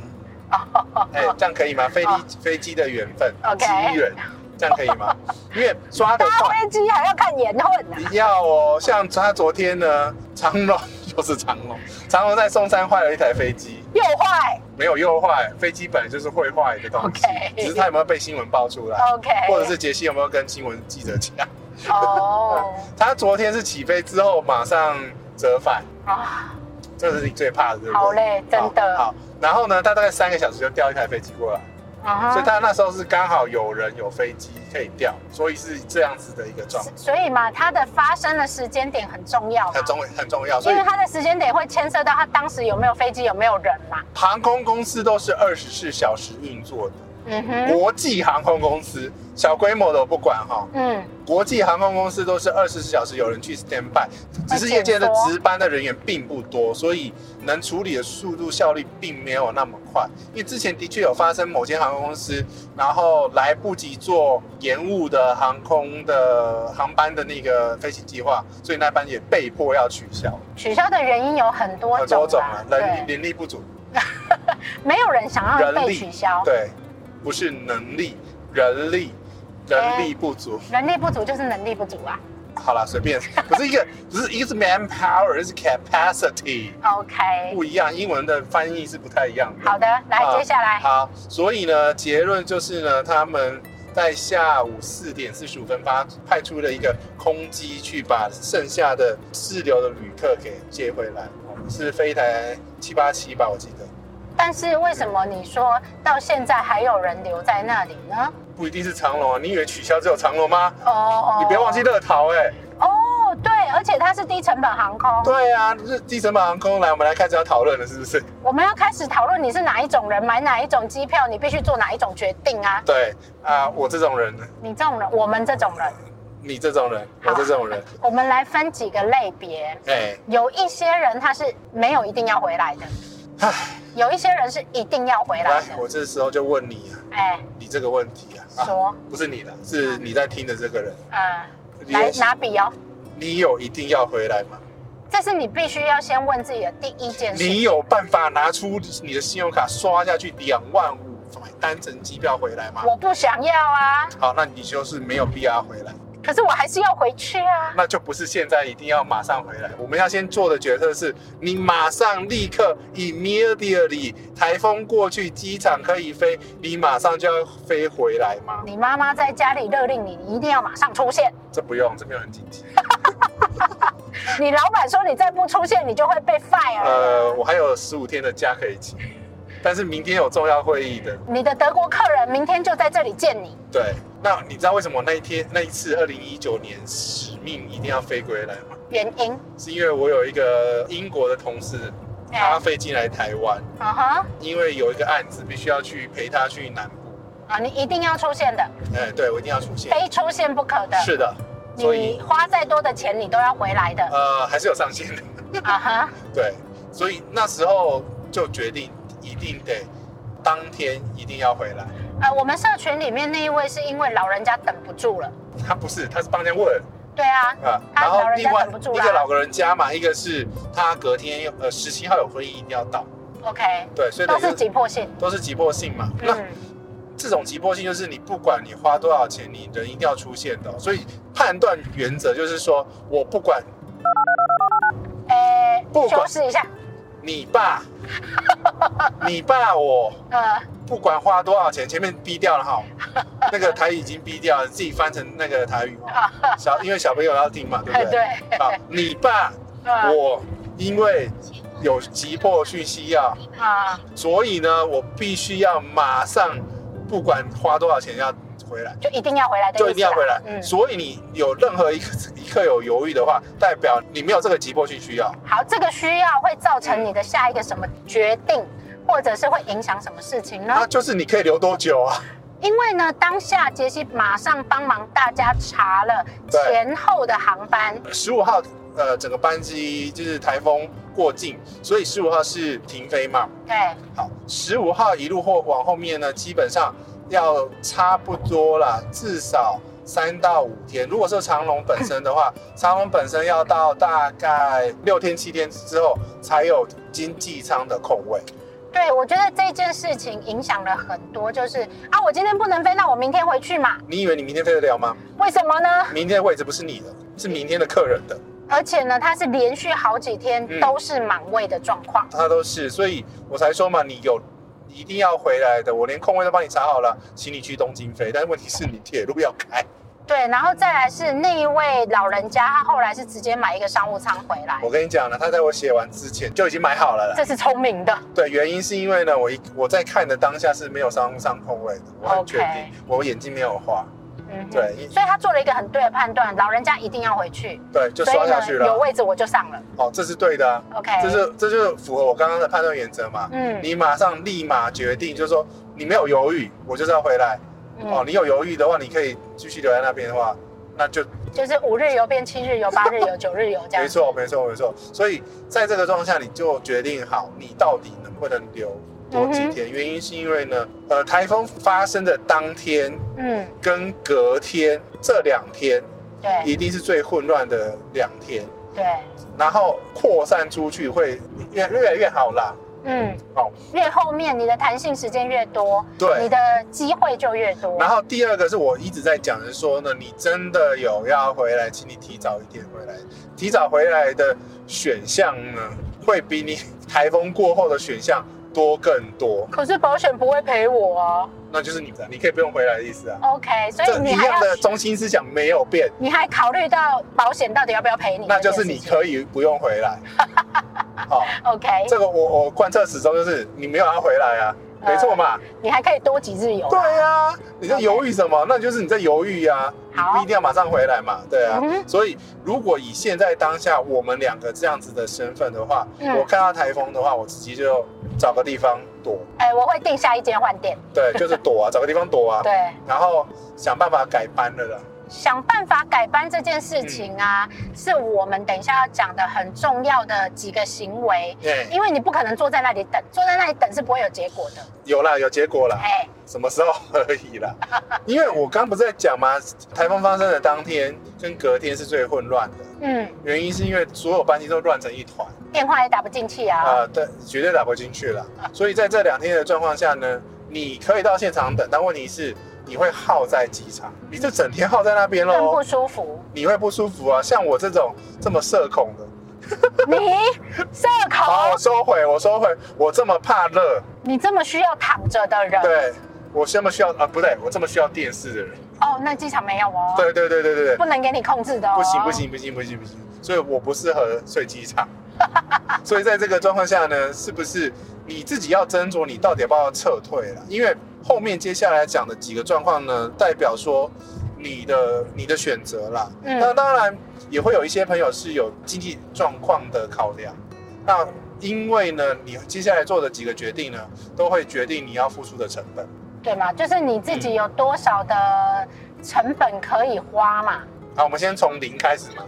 Speaker 1: 哎，这样可以吗？飞
Speaker 3: 哦
Speaker 1: 机飞机的缘分，
Speaker 3: OK
Speaker 1: 机缘，这样可以吗？因为抓得
Speaker 3: 搭
Speaker 1: 快，
Speaker 3: 飞机还要看颜混啊？
Speaker 1: 你要哦。像他昨天呢，长龙 (laughs) 就是长龙，长龙在松山坏了一台飞机，
Speaker 3: 又坏
Speaker 1: 没有又坏，飞机本来就是会坏的东西
Speaker 3: OK，
Speaker 1: 只是他有没有被新闻爆出来，
Speaker 3: ，OK，
Speaker 1: 或者是杰西有没有跟新闻记者讲？
Speaker 3: 哦
Speaker 1: 他昨天是起飞之后马上折返，
Speaker 3: 啊，
Speaker 1: 这是你最怕的，对不对？
Speaker 3: 好嘞，真的
Speaker 1: 好，好然后呢，他大概三个小时就调一台飞机过来，
Speaker 3: 嗯哼
Speaker 1: (laughs) 所以他那时候是刚好有人有飞机可以调，所以是这样子的一个状况，
Speaker 3: 所以嘛，它的发生的时间点很重要嘛，
Speaker 1: 很重很重要。所
Speaker 3: 因
Speaker 1: 以
Speaker 3: 为它的时间点会牵涉到它当时有没有飞机，有没有人嘛。
Speaker 1: 航空公司都是二十四小时运作的，
Speaker 3: 嗯哼，
Speaker 1: 国际航空公司小规模的我不管哈、
Speaker 3: 嗯，
Speaker 1: 国际航空公司都是二十四小时有人去 stand by，只是夜间的值班的人员并不多，所以能处理的速度效率并没有那么快。因为之前的确有发生某间航空公司，然后来不及做延误的航空的航班的那个飞行计划，所以那班也被迫要取消，
Speaker 3: 取消的原因有很多
Speaker 1: 很
Speaker 3: 种
Speaker 1: 多
Speaker 3: 啊，
Speaker 1: 种啊，人
Speaker 3: 对，
Speaker 1: 人力不足，
Speaker 3: 没有人想要
Speaker 1: 人
Speaker 3: 被
Speaker 1: 力
Speaker 3: 取消，
Speaker 1: 对，不是能力，人力，人力不足。
Speaker 3: 人力不足就是能力不足啊。
Speaker 1: 好啦，随便， (laughs) 不是一个，不是一个是 manpower，一个是 capacity，
Speaker 3: OK，
Speaker 1: 不一样，英文的翻译是不太一样的。
Speaker 3: 好的，来
Speaker 1: 啊
Speaker 3: 接下来，
Speaker 1: 好，所以呢，结论就是呢，他们在下午四点四十五分发派出了一个空机，去把剩下的滞留的旅客给接回来，哦是飞台七八七吧，我记得。
Speaker 3: 但是为什么你说到现在还有人留在那里呢？
Speaker 1: 不一定是长龙啊，你以为取消只有长龙吗？
Speaker 3: 哦哦，
Speaker 1: 你不要忘记乐桃哎、
Speaker 3: 哦，对，而且它是低成本航空，
Speaker 1: 对啊，就是低成本航空来，我们来开始要讨论了，是
Speaker 3: (laughs)
Speaker 1: 不是？
Speaker 3: 我们要开始讨论你是哪一种人，买哪一种机票，你必须做哪一种决定啊！
Speaker 1: 对啊、我这种人呢，
Speaker 3: 你这种人，我们这种人，
Speaker 1: 你这种人，我这种
Speaker 3: (laughs)
Speaker 1: 人，
Speaker 3: 我们来分几个类别。
Speaker 1: 哎、
Speaker 3: 有一些人他是没有一定要回来的，有一些人是一定要回来
Speaker 1: 来，
Speaker 3: 的。
Speaker 1: 我这时候就问你啊，
Speaker 3: 哎，
Speaker 1: 你这个问题啊，啊
Speaker 3: 说，
Speaker 1: 不是你的，是你在听的这个人，
Speaker 3: 嗯，
Speaker 1: 你
Speaker 3: 来
Speaker 1: 有
Speaker 3: 拿笔哦，
Speaker 1: 你有一定要回来吗？
Speaker 3: 这是你必须要先问自己的第一件事。
Speaker 1: 你有办法拿出你的信用卡刷下去两万五买单程机票回来吗？
Speaker 3: 我不想要啊，
Speaker 1: 好，那你就是没有 BR 回来，
Speaker 3: 可是我还是要回去啊。
Speaker 1: 那就不是现在一定要马上回来。我们要先做的决策是，你马上立刻 immediately 台风过去，机场可以飞，你马上就要飞回来吗？
Speaker 3: 你妈妈在家里勒令你，你一定要马上出现。
Speaker 1: 这不用，这没有很紧急。
Speaker 3: 你老板说你再不出现，你就会被 fire 了。
Speaker 1: 呃，我还有十五天的假可以请，但是明天有重要会议的。
Speaker 3: 你的德国客人明天就在这里见你。
Speaker 1: 对，那你知道为什么那一天那一次二零一九年使命一定要飞回来吗？
Speaker 3: 原因，
Speaker 1: 是因为我有一个英国的同事，他
Speaker 3: 哎，
Speaker 1: 飞进来台湾，
Speaker 3: 嗯哼，
Speaker 1: 因为有一个案子必须要去陪他去南部。
Speaker 3: 啊，你一定要出现的，
Speaker 1: 哎，对我一定要出现。
Speaker 3: 非出现不可的。
Speaker 1: 是的，所
Speaker 3: 你
Speaker 1: 以
Speaker 3: 花再多的钱，你都要回来的。
Speaker 1: 呃还是有上限的。
Speaker 3: 啊哈，
Speaker 1: 对，所以那时候就决定一定得当天一定要回来。
Speaker 3: 呃，我们社群里面那一位是因为老人家等不住了。
Speaker 1: 他不是，他是帮人家问。
Speaker 3: 对啊，
Speaker 1: 啊，
Speaker 3: 他
Speaker 1: 然后
Speaker 3: 老人
Speaker 1: 另
Speaker 3: 家
Speaker 1: 外
Speaker 3: 忍不住啊
Speaker 1: 一
Speaker 3: 啦
Speaker 1: 个老人家嘛，一个是他隔天有呃十七号有会议一定要到，
Speaker 3: ，OK，
Speaker 1: 对，所以
Speaker 3: 都
Speaker 1: 等于
Speaker 3: 是急迫性。
Speaker 1: 都是急迫性嘛。那
Speaker 3: 嗯，
Speaker 1: 这种急迫性就是你不管你花多少钱，你人一定要出现的哦、所以判断原则就是说我不管
Speaker 3: 哎，
Speaker 1: 不管
Speaker 3: 修饰一下，
Speaker 1: 你
Speaker 3: (laughs)
Speaker 1: 爸，你爸我
Speaker 3: 呃，
Speaker 1: 不管花多少钱，前面逼掉了哈，那个台语已经逼掉了，自己翻成那个台语哦。小因为小朋友要听嘛，对
Speaker 3: 哎
Speaker 1: 不对？
Speaker 3: (laughs) 对，
Speaker 1: 好，你爸
Speaker 3: 呃
Speaker 1: 我因为有急迫讯息要。
Speaker 3: 啊，
Speaker 1: 所以呢，我必须要马上，不管花多少钱要回来，
Speaker 3: 就一定要回来的意思
Speaker 1: 就
Speaker 3: 啦。
Speaker 1: 一定要回来。
Speaker 3: 嗯，
Speaker 1: 所以你有任何一刻一刻有犹豫的话，代表你没有这个急迫啊性需要。
Speaker 3: 好，这个需要会造成你的下一个什么决定，或者是会影响什么事情呢
Speaker 1: 那？就是你可以留多久啊？
Speaker 3: 因为呢，当下杰西马上帮忙大家查了
Speaker 1: 对
Speaker 3: 前后的航班，
Speaker 1: 十五号，呃，整个班机就是台风过境，所以十五号是停飞嘛。
Speaker 3: 对，
Speaker 1: 好，十五号一路后往后面呢，基本上要差不多啦，至少三到五天。如果是长龙本身的话，长龙本身要到大概六天七天之后才有经济舱的空位。
Speaker 3: 对我觉得这件事情影响了很多，就是啊，我今天不能飞，那我明天回去嘛？
Speaker 1: 你以为你明天飞得了吗？
Speaker 3: 为什么呢？
Speaker 1: 明天的位置不是你的，是明天的客人的，
Speaker 3: 而且呢，它是连续好几天
Speaker 1: 嗯
Speaker 3: 都是满位的状况。
Speaker 1: 他都是，所以我才说嘛，你有。一定要回来的，我连空位都帮你查好了，请你去东京飞。但是问题是你铁路要开，
Speaker 3: 对，然后再来是那一位老人家，他后来是直接买一个商务舱回来，
Speaker 1: 我跟你讲了，他在我写完之前就已经买好了啦。
Speaker 3: 这是聪明的。
Speaker 1: 对，原因是因为呢，我一我在看的当下是没有商务舱空位的，我很
Speaker 3: OK
Speaker 1: 确定我眼睛没有花。
Speaker 3: 嗯哼，
Speaker 1: 对，一
Speaker 3: 所以他做了一个很对的判断，老人家一定要回去，
Speaker 1: 对，就
Speaker 3: 所以
Speaker 1: 刷
Speaker 3: 呢，
Speaker 1: 下去
Speaker 3: 有
Speaker 1: 了。
Speaker 3: 位置我就上了。
Speaker 1: 哦，这是对的啊，
Speaker 3: OK，
Speaker 1: 这是这就是符合我刚刚的判断原则嘛。
Speaker 3: 嗯
Speaker 1: 你马上立马决定，就是说你没有犹豫，我就是要回来。哦，
Speaker 3: 嗯，
Speaker 1: 你有犹豫的话，你可以继续留在那边的话，那就
Speaker 3: 就是五日游变七日游，八日游，九日游这样。
Speaker 1: 没错，没错，没错。所以在这个状况下，你就决定好你到底能不能留多几
Speaker 3: 嗯
Speaker 1: 天。原因是因为呢，呃，台风发生的当天
Speaker 3: 嗯，
Speaker 1: 跟隔天这两天，
Speaker 3: 对
Speaker 1: 一定是最混乱的两天，
Speaker 3: 对，
Speaker 1: 然后扩散出去会越越来越好啦。
Speaker 3: 嗯，
Speaker 1: 好
Speaker 3: 越后面你的弹性时间越多，
Speaker 1: 对
Speaker 3: 你的机会就越多。
Speaker 1: 然后第二个是我一直在讲的是说呢，你真的有要回来，请你提早一点回来。提早回来的选项呢，会比你台风过后的选项多更多，
Speaker 3: 可是保险不会赔我哦。
Speaker 1: 那就是你的，你可以不用回来的意思啊。
Speaker 3: OK，所
Speaker 1: 这
Speaker 3: 以
Speaker 1: 一
Speaker 3: 你还
Speaker 1: 样
Speaker 3: 要
Speaker 1: 的中心思想没有变，
Speaker 3: 你还考虑到保险到底要不要赔你这
Speaker 1: 那
Speaker 3: 件事情？
Speaker 1: 就是你可以不用回
Speaker 3: (laughs)
Speaker 1: 来。哦好、
Speaker 3: OK，
Speaker 1: 这个我我贯彻始终就是你没有要回来啊，没错嘛。
Speaker 3: 你还可以多几日游。
Speaker 1: 对啊，你在犹豫什么？那就是你在犹豫呀、
Speaker 3: 好
Speaker 1: 你不一定要马上回来嘛，对啊。
Speaker 3: 嗯哼
Speaker 1: 所以如果以现在当下我们两个这样子的身份的话，
Speaker 3: 嗯
Speaker 1: 我看到台风的话，我直接就找个地方躲，
Speaker 3: 哎，我会订下一间换店。
Speaker 1: 对，就是躲啊，找个地方躲啊，
Speaker 3: 对，
Speaker 1: 然后想办法改班了啦。
Speaker 3: 想办法改班这件事情啊，是我们等一下要讲的很重要的几个行为，
Speaker 1: 耶、
Speaker 3: 因为你不可能坐在那里等，坐在那里等是不会有结果的。
Speaker 1: 有啦，有结果啦。
Speaker 3: 哎，
Speaker 1: 什么时候而已
Speaker 3: (laughs)
Speaker 1: 啦？因为我刚不是在讲嘛，台风发生的当天跟隔天是最混乱的，
Speaker 3: 嗯，
Speaker 1: 原因是因为所有班级都乱成一团。
Speaker 3: 电话也打不进去啊。
Speaker 1: 啊、对，绝对打不进去了。所以在这两天的状况下呢，你可以到现场等，但问题是你会耗在机场，你就整天耗在那边
Speaker 3: 更不
Speaker 1: 喽，
Speaker 3: 舒服，
Speaker 1: 你会不舒服啊。像我这种这么社恐的，
Speaker 3: 你社
Speaker 1: 好，
Speaker 3: 恐
Speaker 1: 我，收回，我收回，我这么怕热，
Speaker 3: 你这么需要躺着的人，
Speaker 1: 对我这么需要啊，不对，我这么需要电视的人，
Speaker 3: 哦，那机场没有哦，
Speaker 1: 对对对对对对，
Speaker 3: 不能给你控制的哦，
Speaker 1: 不行不，行不行不行不行，所以我不适合睡机场。 (laughs) 所以在这个状况下呢，是不是你自己要斟酌你到底要不要撤退了？因为后面接下来讲的几个状况呢，代表说你的你的选择啦。
Speaker 3: 嗯
Speaker 1: 那当然也会有一些朋友是有经济状况的考量，那因为呢，你接下来做的几个决定呢，都会决定你要付出的成本。
Speaker 3: 对嘛，就是你自己有多少的成本可以花嘛。
Speaker 1: 好，我们先从零开始嘛。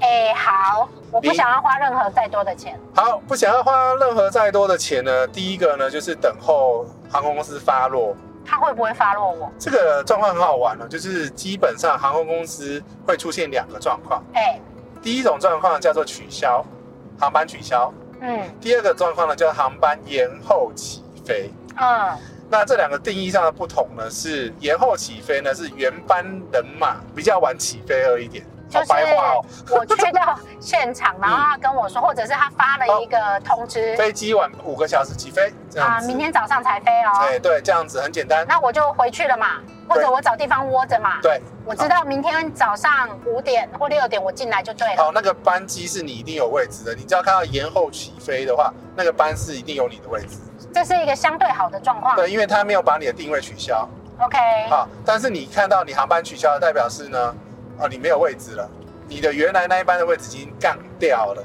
Speaker 3: 哎，好，我不
Speaker 1: 你
Speaker 3: 想要花任何再多的钱。
Speaker 1: 好，不想要花任何再多的钱呢，第一个呢就是等候航空公司发落。
Speaker 3: 他会不会发落我？
Speaker 1: 这个状况很好玩哦，就是基本上航空公司会出现两个状况，
Speaker 3: 哎、
Speaker 1: 第一种状况叫做取消，航班取消；
Speaker 3: 嗯
Speaker 1: 第二个状况呢叫航班延后起飞。
Speaker 3: 嗯，
Speaker 1: 那这两个定义上的不同呢，是延后起飞呢是原班人马比较晚起飞而已点，
Speaker 3: 就
Speaker 1: 好
Speaker 3: 是
Speaker 1: 白话哦，
Speaker 3: 我去到现
Speaker 1: (laughs)
Speaker 3: 场，然后他跟我说，或者是他发了一个通知
Speaker 1: 飞机晚五个小时起飞这样
Speaker 3: 啊，
Speaker 1: 子。
Speaker 3: 明天早上才飞哦，
Speaker 1: 哎，对，这样子很简单。
Speaker 3: 那我就回去了嘛，或者
Speaker 1: 对
Speaker 3: 我找地方窝着嘛。
Speaker 1: 对，
Speaker 3: 我知道明天早上五点或六点我进来就对
Speaker 1: 好，
Speaker 3: 了。
Speaker 1: 哦那个班机是你一定有位置的，你只要看到延后起飞的话，那个班是一定有你的位置。
Speaker 3: 这是一个相对好的哎状况。
Speaker 1: 对，因为他没有把你的定位取消
Speaker 3: OK，
Speaker 1: 啊。但是你看到你航班取消的代表是呢，啊，你没有位置了，你的原来那一班的位置已经杠掉了，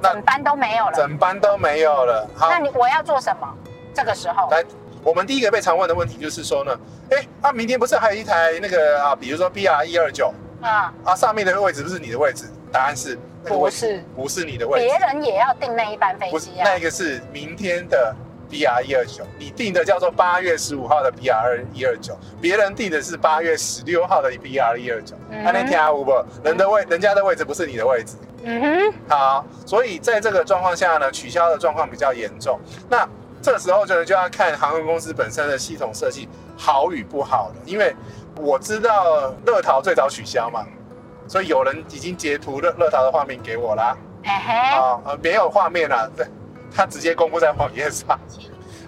Speaker 1: 那
Speaker 3: 整班都没有了。
Speaker 1: 整班都没有了。好
Speaker 3: 那，你我要做什么？这个时候，
Speaker 1: 来，我们第一个被常问的问题就是说呢，哎，啊，明天不是还有一台那个啊，比如说 BR 一二九
Speaker 3: 嗯，
Speaker 1: 啊，上面的位置不是你的位置？答案是那个
Speaker 3: 不
Speaker 1: 位置
Speaker 3: 是，
Speaker 1: 不是你的位置
Speaker 3: 别。人也要订那一班飞
Speaker 1: 不是
Speaker 3: 机啊
Speaker 1: 那。一个是明天的 BR 一二九，你定的叫做八月十五号的 BR 一二九，别人定的是八月十六号的 BR 一二九。啊
Speaker 3: 嗯
Speaker 1: 那那天五不，人的位人家的位置不是你的位置。
Speaker 3: 嗯哼，
Speaker 1: 好，所以在这个状况下呢，取消的状况比较严重。那这时候就就要看航空公司本身的系统设计好与不好了，因为我知道乐淘最早取消嘛，所以有人已经截图乐乐淘的画面给我啦。
Speaker 3: 哎嘿，
Speaker 1: 啊、呃，没有画面啊， (laughs) 对，他直接公布在网
Speaker 3: (laughs)
Speaker 1: 页上。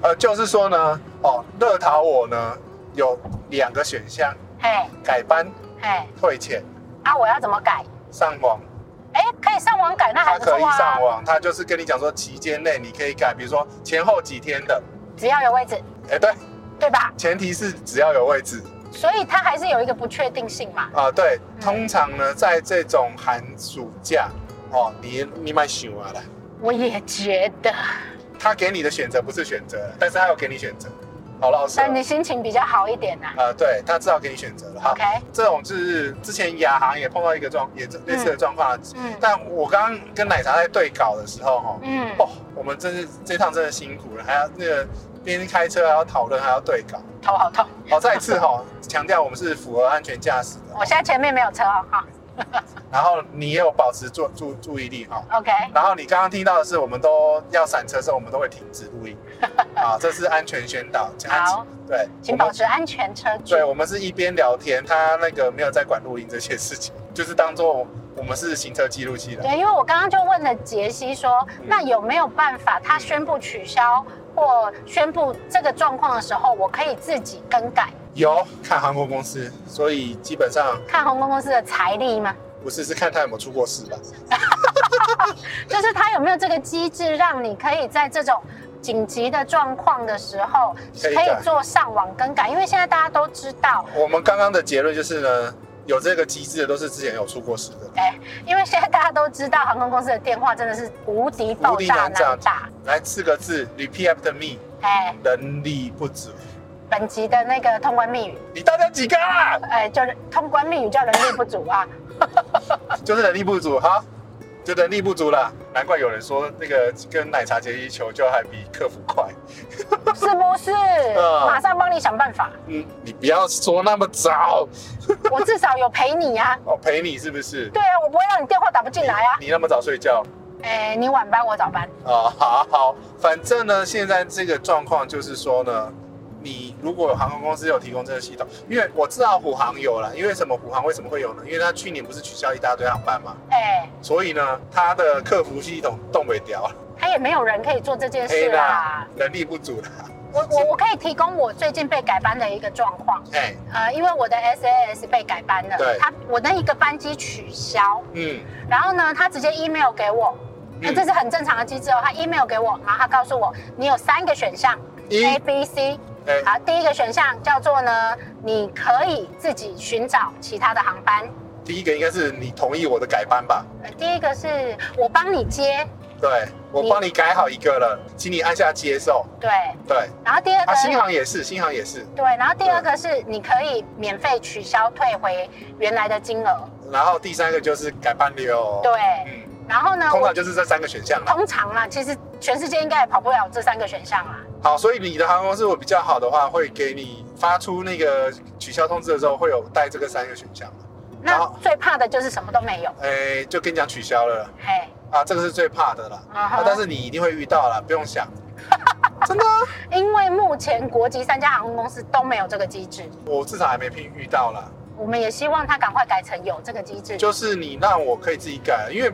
Speaker 1: 呃，就是说呢，哦，乐淘我呢有两个选项，
Speaker 3: 嘿，
Speaker 1: 改班
Speaker 3: 哎，
Speaker 1: 退钱
Speaker 3: 啊，我要怎么改？
Speaker 1: 上网，
Speaker 3: 哎，可以上网改，那还
Speaker 1: 他
Speaker 3: 不
Speaker 1: 可以
Speaker 3: 错啊，
Speaker 1: 上网，他就是跟你讲说期间内你可以改，比如说前后几天的，
Speaker 3: 只要有位置，
Speaker 1: 哎，对，
Speaker 3: 对吧？
Speaker 1: 前提是只要有位置
Speaker 3: 所以它还是有一个不确定性嘛。
Speaker 1: 啊、对，
Speaker 3: 嗯
Speaker 1: 通常呢，在这种寒暑假哦，你你买想啊啦，
Speaker 3: 我也觉得，
Speaker 1: 他给你的选择不是选择，但是他有给你选择，好老实哦，
Speaker 3: 但你心情比较好一点呐、
Speaker 1: 啊、对他至少给你选择了哈。
Speaker 3: OK，
Speaker 1: 这种就是之前亚航也碰到一个状，也类似的状况。
Speaker 3: 嗯
Speaker 1: 但我刚刚跟奶茶在对稿的时候，哈、
Speaker 3: 嗯，
Speaker 1: 哦，我们真是这趟真的辛苦了，还要那个边开车还要讨论，还要对稿。
Speaker 3: 头好痛。
Speaker 1: 好、再一次哈、强调我们是符合安全驾驶的，
Speaker 3: 我现在前面没有车哦哈、
Speaker 1: 然后你也有保持注注注意力哈、
Speaker 3: OK，
Speaker 1: 然后你刚刚听到的是，我们都要闪车的时候，我们都会停止录
Speaker 3: (laughs)
Speaker 1: 音，啊，这是安全宣导。
Speaker 3: 好，
Speaker 1: 对，
Speaker 3: 请保持安全车距
Speaker 1: 对，。我们是一边聊天，他那个没有在管录音这些事情，就是当做我们是行车记录器的。
Speaker 3: 对，因为我刚刚就问了杰西说，那有没有办法，他宣布取消或宣布这个状况的时候，我可以自己更改？
Speaker 1: 有看航空公司，所以基本上
Speaker 3: 看航空公司的财力吗？
Speaker 1: 不是是看他有没有出过事吧？
Speaker 3: 就是他有没有这个机制，让你可以在这种紧急的状况的时候，
Speaker 1: 可
Speaker 3: 可
Speaker 1: 以改
Speaker 3: 以做上网更改？因为现在大家都知道，
Speaker 1: 我们刚刚的结论就是呢，有这个机制的都是之前有出过事的。
Speaker 3: 哎，因为现在大家都知道航空公司的电话真的是无敌爆炸难打。
Speaker 1: 来四个字，repeat after me，
Speaker 3: 哎，
Speaker 1: 人力不足。
Speaker 3: 本集的那个通关密语，
Speaker 1: 你大家几个啊？
Speaker 3: 哎，就是通关密语叫人力不足
Speaker 1: (laughs)
Speaker 3: 啊。
Speaker 1: 就是人力不足哈，就人力不足啦。难怪有人说那个跟奶茶节一求救还比客服快。
Speaker 3: 是不是？
Speaker 1: 嗯
Speaker 3: 马上帮你想办法，
Speaker 1: 嗯，你不要说那么早，
Speaker 3: 我至少有陪你啊。
Speaker 1: 我陪你是不是？
Speaker 3: 对啊，我不会让你电话打不进来啊。
Speaker 1: 你那么早睡觉
Speaker 3: 哎、你晚班我早班，
Speaker 1: 啊？好好，反正呢，现在这个状况就是说呢，你如果航空公司有提供这个系统，因为我知道虎航有了，因为什么虎航为什么会有呢？因为它去年不是取消一大堆航班嘛，
Speaker 3: 哎、
Speaker 1: 所以呢，它的客服系统冻尾掉了，
Speaker 3: 他也没有人可以做这件
Speaker 1: 黑
Speaker 3: 事啦。，
Speaker 1: 人力不足啦，
Speaker 3: 我我我可以提供我最近被改班的一个状况，
Speaker 1: 哎，
Speaker 3: 呃，因为我的 SAS 被改班了
Speaker 1: 对，
Speaker 3: 他我那一个班机取消，
Speaker 1: 嗯，
Speaker 3: 然后呢，他直接 email 给我，哎、
Speaker 1: 嗯
Speaker 3: 这是很正常的机制哦。他 email 给我，然后他告诉我，你有三个选项
Speaker 1: 一，
Speaker 3: A、B、C，
Speaker 1: 哎，
Speaker 3: 好，第一个选项叫做呢，你可以自己寻找其他的航班。
Speaker 1: 第一个应该是你同意我的改班吧？
Speaker 3: 呃第一个是我帮你接，
Speaker 1: 对，我
Speaker 3: 你
Speaker 1: 帮你改好一个了，请你按下接受，
Speaker 3: 对，
Speaker 1: 对。
Speaker 3: 然后第二个、
Speaker 1: 啊，新航也嗯是，新航也是。
Speaker 3: 对，然后第二个是你可以免费取消退回原来的金额，
Speaker 1: 然后第三个就是改半流。
Speaker 3: 对，
Speaker 1: 嗯，
Speaker 3: 然后呢，
Speaker 1: 通
Speaker 3: 我
Speaker 1: 常就是这三个选项啦。
Speaker 3: 通常啦，其实全世界应该也跑不了这三个选项啦。
Speaker 1: 好，所以你的航空公司如果比较好的话，会给你发出那个取消通知的时候，会有带这个三个选项嘛。然
Speaker 3: 那
Speaker 1: 后
Speaker 3: 最怕的就是什么都没有，
Speaker 1: 哎，就跟你讲取消了啦
Speaker 3: 嘿，
Speaker 1: 啊，这个是最怕的啦。
Speaker 3: 啊
Speaker 1: 啊
Speaker 3: 哈，
Speaker 1: 但是你一定会遇到啦，不用想。 (laughs) 真的啊，
Speaker 3: 因为目前国际三家航空公司都没有这个机制，
Speaker 1: 我至少还没遇遇到啦。
Speaker 3: 我们也希望它赶快改成有这个机制。
Speaker 1: 就是你让我可以自己改，啊因为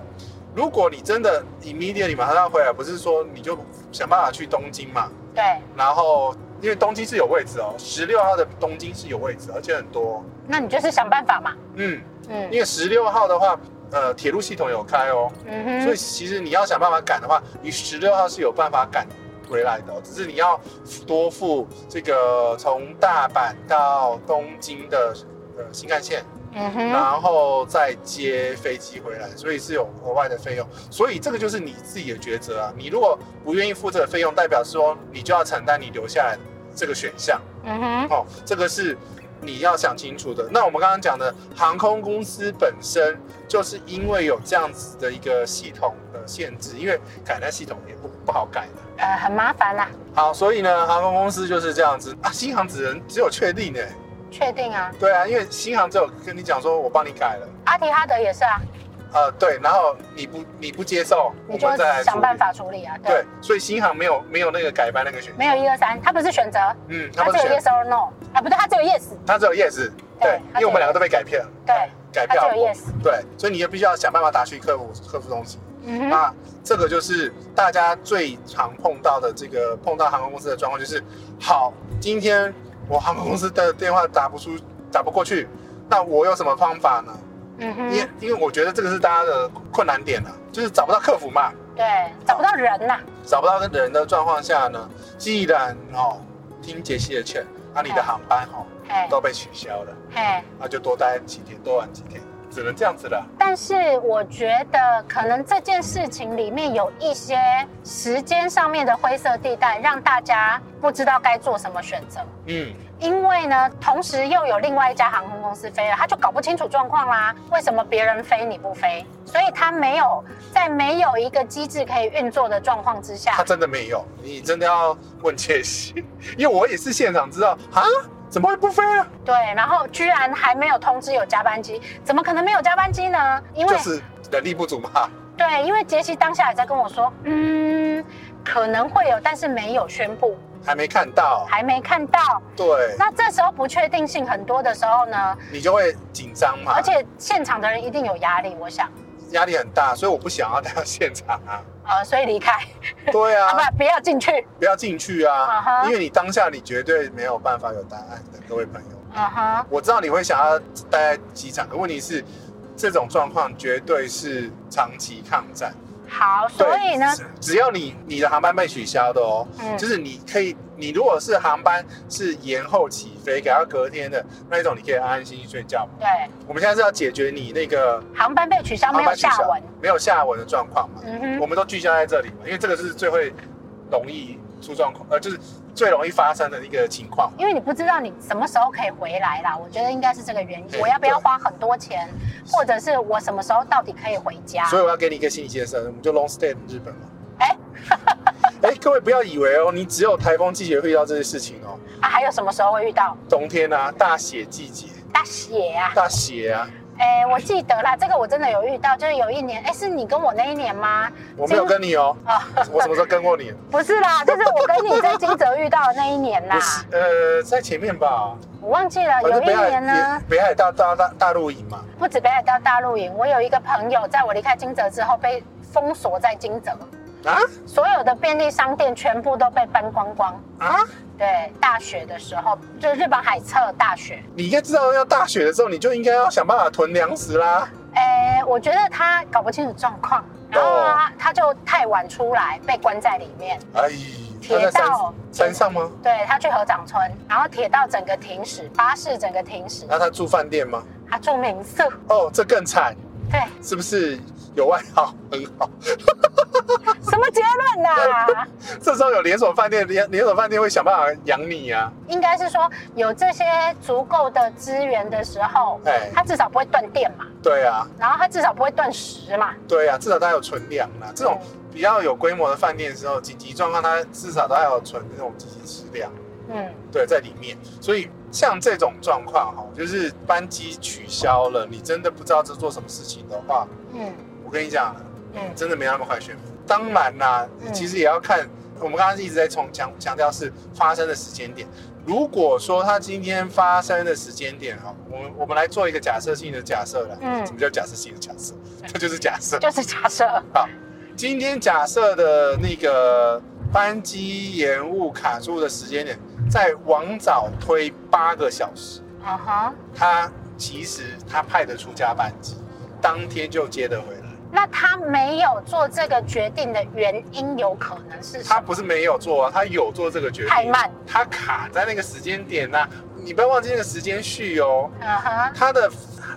Speaker 1: 如果你真的 immediately 马上要回来，不是说你就想办法去东京嘛？
Speaker 3: 对，
Speaker 1: 然后因为东京是有位置哦，十六号的东京是有位置，而且很多。
Speaker 3: 那你就是想办法嘛，
Speaker 1: 嗯，
Speaker 3: 嗯
Speaker 1: 因为十六号的话，呃，铁路系统有开哦，
Speaker 3: 嗯
Speaker 1: 所
Speaker 3: 哼，
Speaker 1: 以其实你要想办法赶的话，你十六号是有办法赶回来的哦、只是你要多付这个从大阪到东京的呃新干线，
Speaker 3: 嗯哼，
Speaker 1: 然后再接飞机回来，所以是有额外的费用。所以这个就是你自己的抉择啊。你如果不愿意付这个费用，代表说你就要承担你留下来这个选项。
Speaker 3: 嗯哼，
Speaker 1: 哦，这个是你要想清楚的。那我们刚刚讲的航空公司本身就是因为有这样子的一个系统的限制，因为改那系统也不不好改的。
Speaker 3: 呃，很麻烦啦，
Speaker 1: 好，所以呢，航空公司就是这样子啊。新航只能只有确定呢，
Speaker 3: 确定啊，
Speaker 1: 对啊，因为新航只有跟你讲说我帮你改了，
Speaker 3: 阿提哈德也是啊，
Speaker 1: 呃，对，然后你不你不接受，我
Speaker 3: 你就
Speaker 1: 们再来
Speaker 3: 想办
Speaker 1: 处
Speaker 3: 法处理啊，
Speaker 1: 理。对，所以新航没有没有那个改班那个选项，
Speaker 3: 没有一二三，它不是选择，
Speaker 1: 嗯，他
Speaker 3: 它
Speaker 1: 不
Speaker 3: 只
Speaker 1: 是
Speaker 3: 有
Speaker 1: 选，
Speaker 3: yes or no 啊，不对，它只有 yes，
Speaker 1: 他只有 yes，对
Speaker 3: 对，
Speaker 1: 因
Speaker 3: 它
Speaker 1: 为我们
Speaker 3: 只有
Speaker 1: 两个都被改骗了，
Speaker 3: 对，
Speaker 1: 改
Speaker 3: 它
Speaker 1: 票
Speaker 3: 只有 yes，
Speaker 1: 对，所以你就必须要想办法打去客服客服中心。
Speaker 3: 嗯哼，
Speaker 1: 那这个就是大家最常碰到的这个碰到航空公司的状况，就是好，今天我航空公司的电话打不出打不过去，那我有什么方法呢？
Speaker 3: 嗯
Speaker 1: 因为
Speaker 3: 哼，
Speaker 1: 因为我觉得这个是大家的困难点啊，就是找不到客服嘛，
Speaker 3: 对，找不到人呐、
Speaker 1: 找不到人的状况下呢，既然哦听杰西的劝，啊你
Speaker 3: 嗯
Speaker 1: 的航班哦
Speaker 3: 哎
Speaker 1: 都被取消了，
Speaker 3: 哎，
Speaker 1: 那就多待几天，多玩几天，只能这样子了。
Speaker 3: 但是我觉得可能这件事情里面有一些时间上面的灰色地带，让大家不知道该做什么选择。
Speaker 1: 嗯，
Speaker 3: 因为呢，同时又有另外一家航空公司飞了，他就搞不清楚状况啦。为什么别人飞你不飞？所以他没有在没有一个机制可以运作的状况之下
Speaker 1: 他，真的没有，你真的要问杰西，因为我也是现场知道啊，怎么会不飞啊？
Speaker 3: 对，然后居然还没有通知有加班机，怎么可能没有加班机呢？因为、
Speaker 1: 就是人力不足嘛。
Speaker 3: 对，因为杰西当下也在跟我说，嗯，可能会有，但是没有宣布，
Speaker 1: 还没看到，
Speaker 3: 还没看到。
Speaker 1: 对，
Speaker 3: 那这时候不确定性很多的时候呢，
Speaker 1: 你就会紧张嘛，
Speaker 3: 而且现场的人一定有压力，我想，
Speaker 1: 压力很大，所以我不想要待到现场
Speaker 3: (laughs)
Speaker 1: 啊。
Speaker 3: 呃，所以离开，
Speaker 1: 对
Speaker 3: 啊
Speaker 1: 啊，
Speaker 3: 不，不要进去，
Speaker 1: 不要进去
Speaker 3: 啊
Speaker 1: 啊
Speaker 3: 哈
Speaker 1: 因为你当下你绝对没有办法有答案的，各位朋友。
Speaker 3: 嗯哼。
Speaker 1: 我知道你会想要待在机场，可问题是，这种状况绝对是长期抗战。
Speaker 3: 好，
Speaker 1: 对
Speaker 3: 所以呢，
Speaker 1: 只只要你你的航班被取消的哦，
Speaker 3: 嗯
Speaker 1: 就是你可以，你如果是航班是延后起飞，改到隔天的那一种，你可以安安心心睡觉。
Speaker 3: 对，
Speaker 1: 我们现在是要解决你那个
Speaker 3: 航班被取消，没
Speaker 1: 航
Speaker 3: 有
Speaker 1: 班啊取
Speaker 3: 下
Speaker 1: 消
Speaker 3: 文。
Speaker 1: 没有下文的状况嘛。
Speaker 3: 嗯
Speaker 1: 我
Speaker 3: 哼，
Speaker 1: 们都聚焦在这里嘛，因为这个是最会容易出状况，呃，就是最容易发生的一个情况。
Speaker 3: 因为你不知道你什么时候可以回来啦，我觉得应该是这个原因。
Speaker 1: 对
Speaker 3: 我要不要花很多钱，或者是我什么时候到底可以回家？
Speaker 1: 所以我要给你一个新鲜生，我们就 long stay 日本嘛。
Speaker 3: 哎
Speaker 1: 哎，各位不要以为哦，你只有台风季节会遇到这些事情哦。
Speaker 3: 啊，还有什么时候会遇到
Speaker 1: 冬天啊，大雪季节，
Speaker 3: 大雪啊？
Speaker 1: 大雪啊，
Speaker 3: 哎、我记得啦，这个我真的有遇到，就是有一年，哎、是你跟我那一年吗？
Speaker 1: 我没有跟你哦，
Speaker 3: 啊、
Speaker 1: 我什么时候跟
Speaker 3: (laughs)
Speaker 1: 过你？
Speaker 3: 不是
Speaker 1: (laughs)
Speaker 3: 啦，就是我跟你在金泽遇到的那一年啦
Speaker 1: 不，是，呃，在前面吧，
Speaker 3: 我忘记了，啊
Speaker 1: 反
Speaker 3: 有
Speaker 1: 正
Speaker 3: 一
Speaker 1: 北
Speaker 3: 年
Speaker 1: 海
Speaker 3: 呢
Speaker 1: 北。北海道大大大陆营嘛，
Speaker 3: 不止北海道大陆营，我有一个朋友，在我离开金泽之后被封锁在金泽，
Speaker 1: 啊
Speaker 3: 所有的便利商店全部都被搬光光。
Speaker 1: 啊，
Speaker 3: 对，大雪的时候，就是日本海侧大雪。
Speaker 1: 你应该知道要大雪的时候，你就应该要想办法囤粮食啦。
Speaker 3: 哎、我觉得他搞不清楚状况，然后
Speaker 1: 哦
Speaker 3: 他、他就太晚出来，被关在里面。
Speaker 1: 哎，他
Speaker 3: 铁
Speaker 1: 在山
Speaker 3: 道
Speaker 1: 山上吗？
Speaker 3: 对他去合掌村，然后铁道整个停驶，巴士整个停驶
Speaker 1: 那，他住饭店吗？
Speaker 3: 他住民宿。
Speaker 1: 哦，这更惨，
Speaker 3: 对，
Speaker 1: 是不是有外号 (laughs) 很好？
Speaker 3: 什么结论啊呐、
Speaker 1: 这时候有连锁饭店，连连锁饭店会想办法养你啊。
Speaker 3: 应该是说有这些足够的资源的时候，
Speaker 1: 哎
Speaker 3: 它至少不会断电嘛，
Speaker 1: 对啊，
Speaker 3: 然后它至少不会断食嘛。
Speaker 1: 对啊，至少他有存粮啦。这种
Speaker 3: 嗯
Speaker 1: 比较有规模的饭店的时候，紧急状况他至少都还有存那种紧急食粮，
Speaker 3: 嗯，
Speaker 1: 对，在里面。所以像这种状况哈，就是班机取消了，你真的不知道这做什么事情的话，
Speaker 3: 嗯
Speaker 1: 我跟你讲，
Speaker 3: 嗯
Speaker 1: 真的没那么快宣布。当然啦，
Speaker 3: 嗯
Speaker 1: 其实也要看，我们刚刚一直在重强强调是发生的时间点。如果说它今天发生的时间点啊，我们我们来做一个假设性的假设啦。
Speaker 3: 嗯
Speaker 1: 什么叫假设性的假设？这 (laughs) 就是假设。
Speaker 3: 就是假设，
Speaker 1: 好，今天假设的那个班机延误卡住的时间点，再往早推八个小时，
Speaker 3: 嗯哼。
Speaker 1: 他其实他派得出加班机，当天就接得回来。
Speaker 3: 那他没有做这个决定的原因，有可能是什
Speaker 1: 他
Speaker 3: 么
Speaker 1: 不是没有做啊，他有做这个决定，
Speaker 3: 太慢。
Speaker 1: 他卡在那个时间点呐、你不要忘记那个时间序哦。
Speaker 3: 嗯哼，
Speaker 1: 他的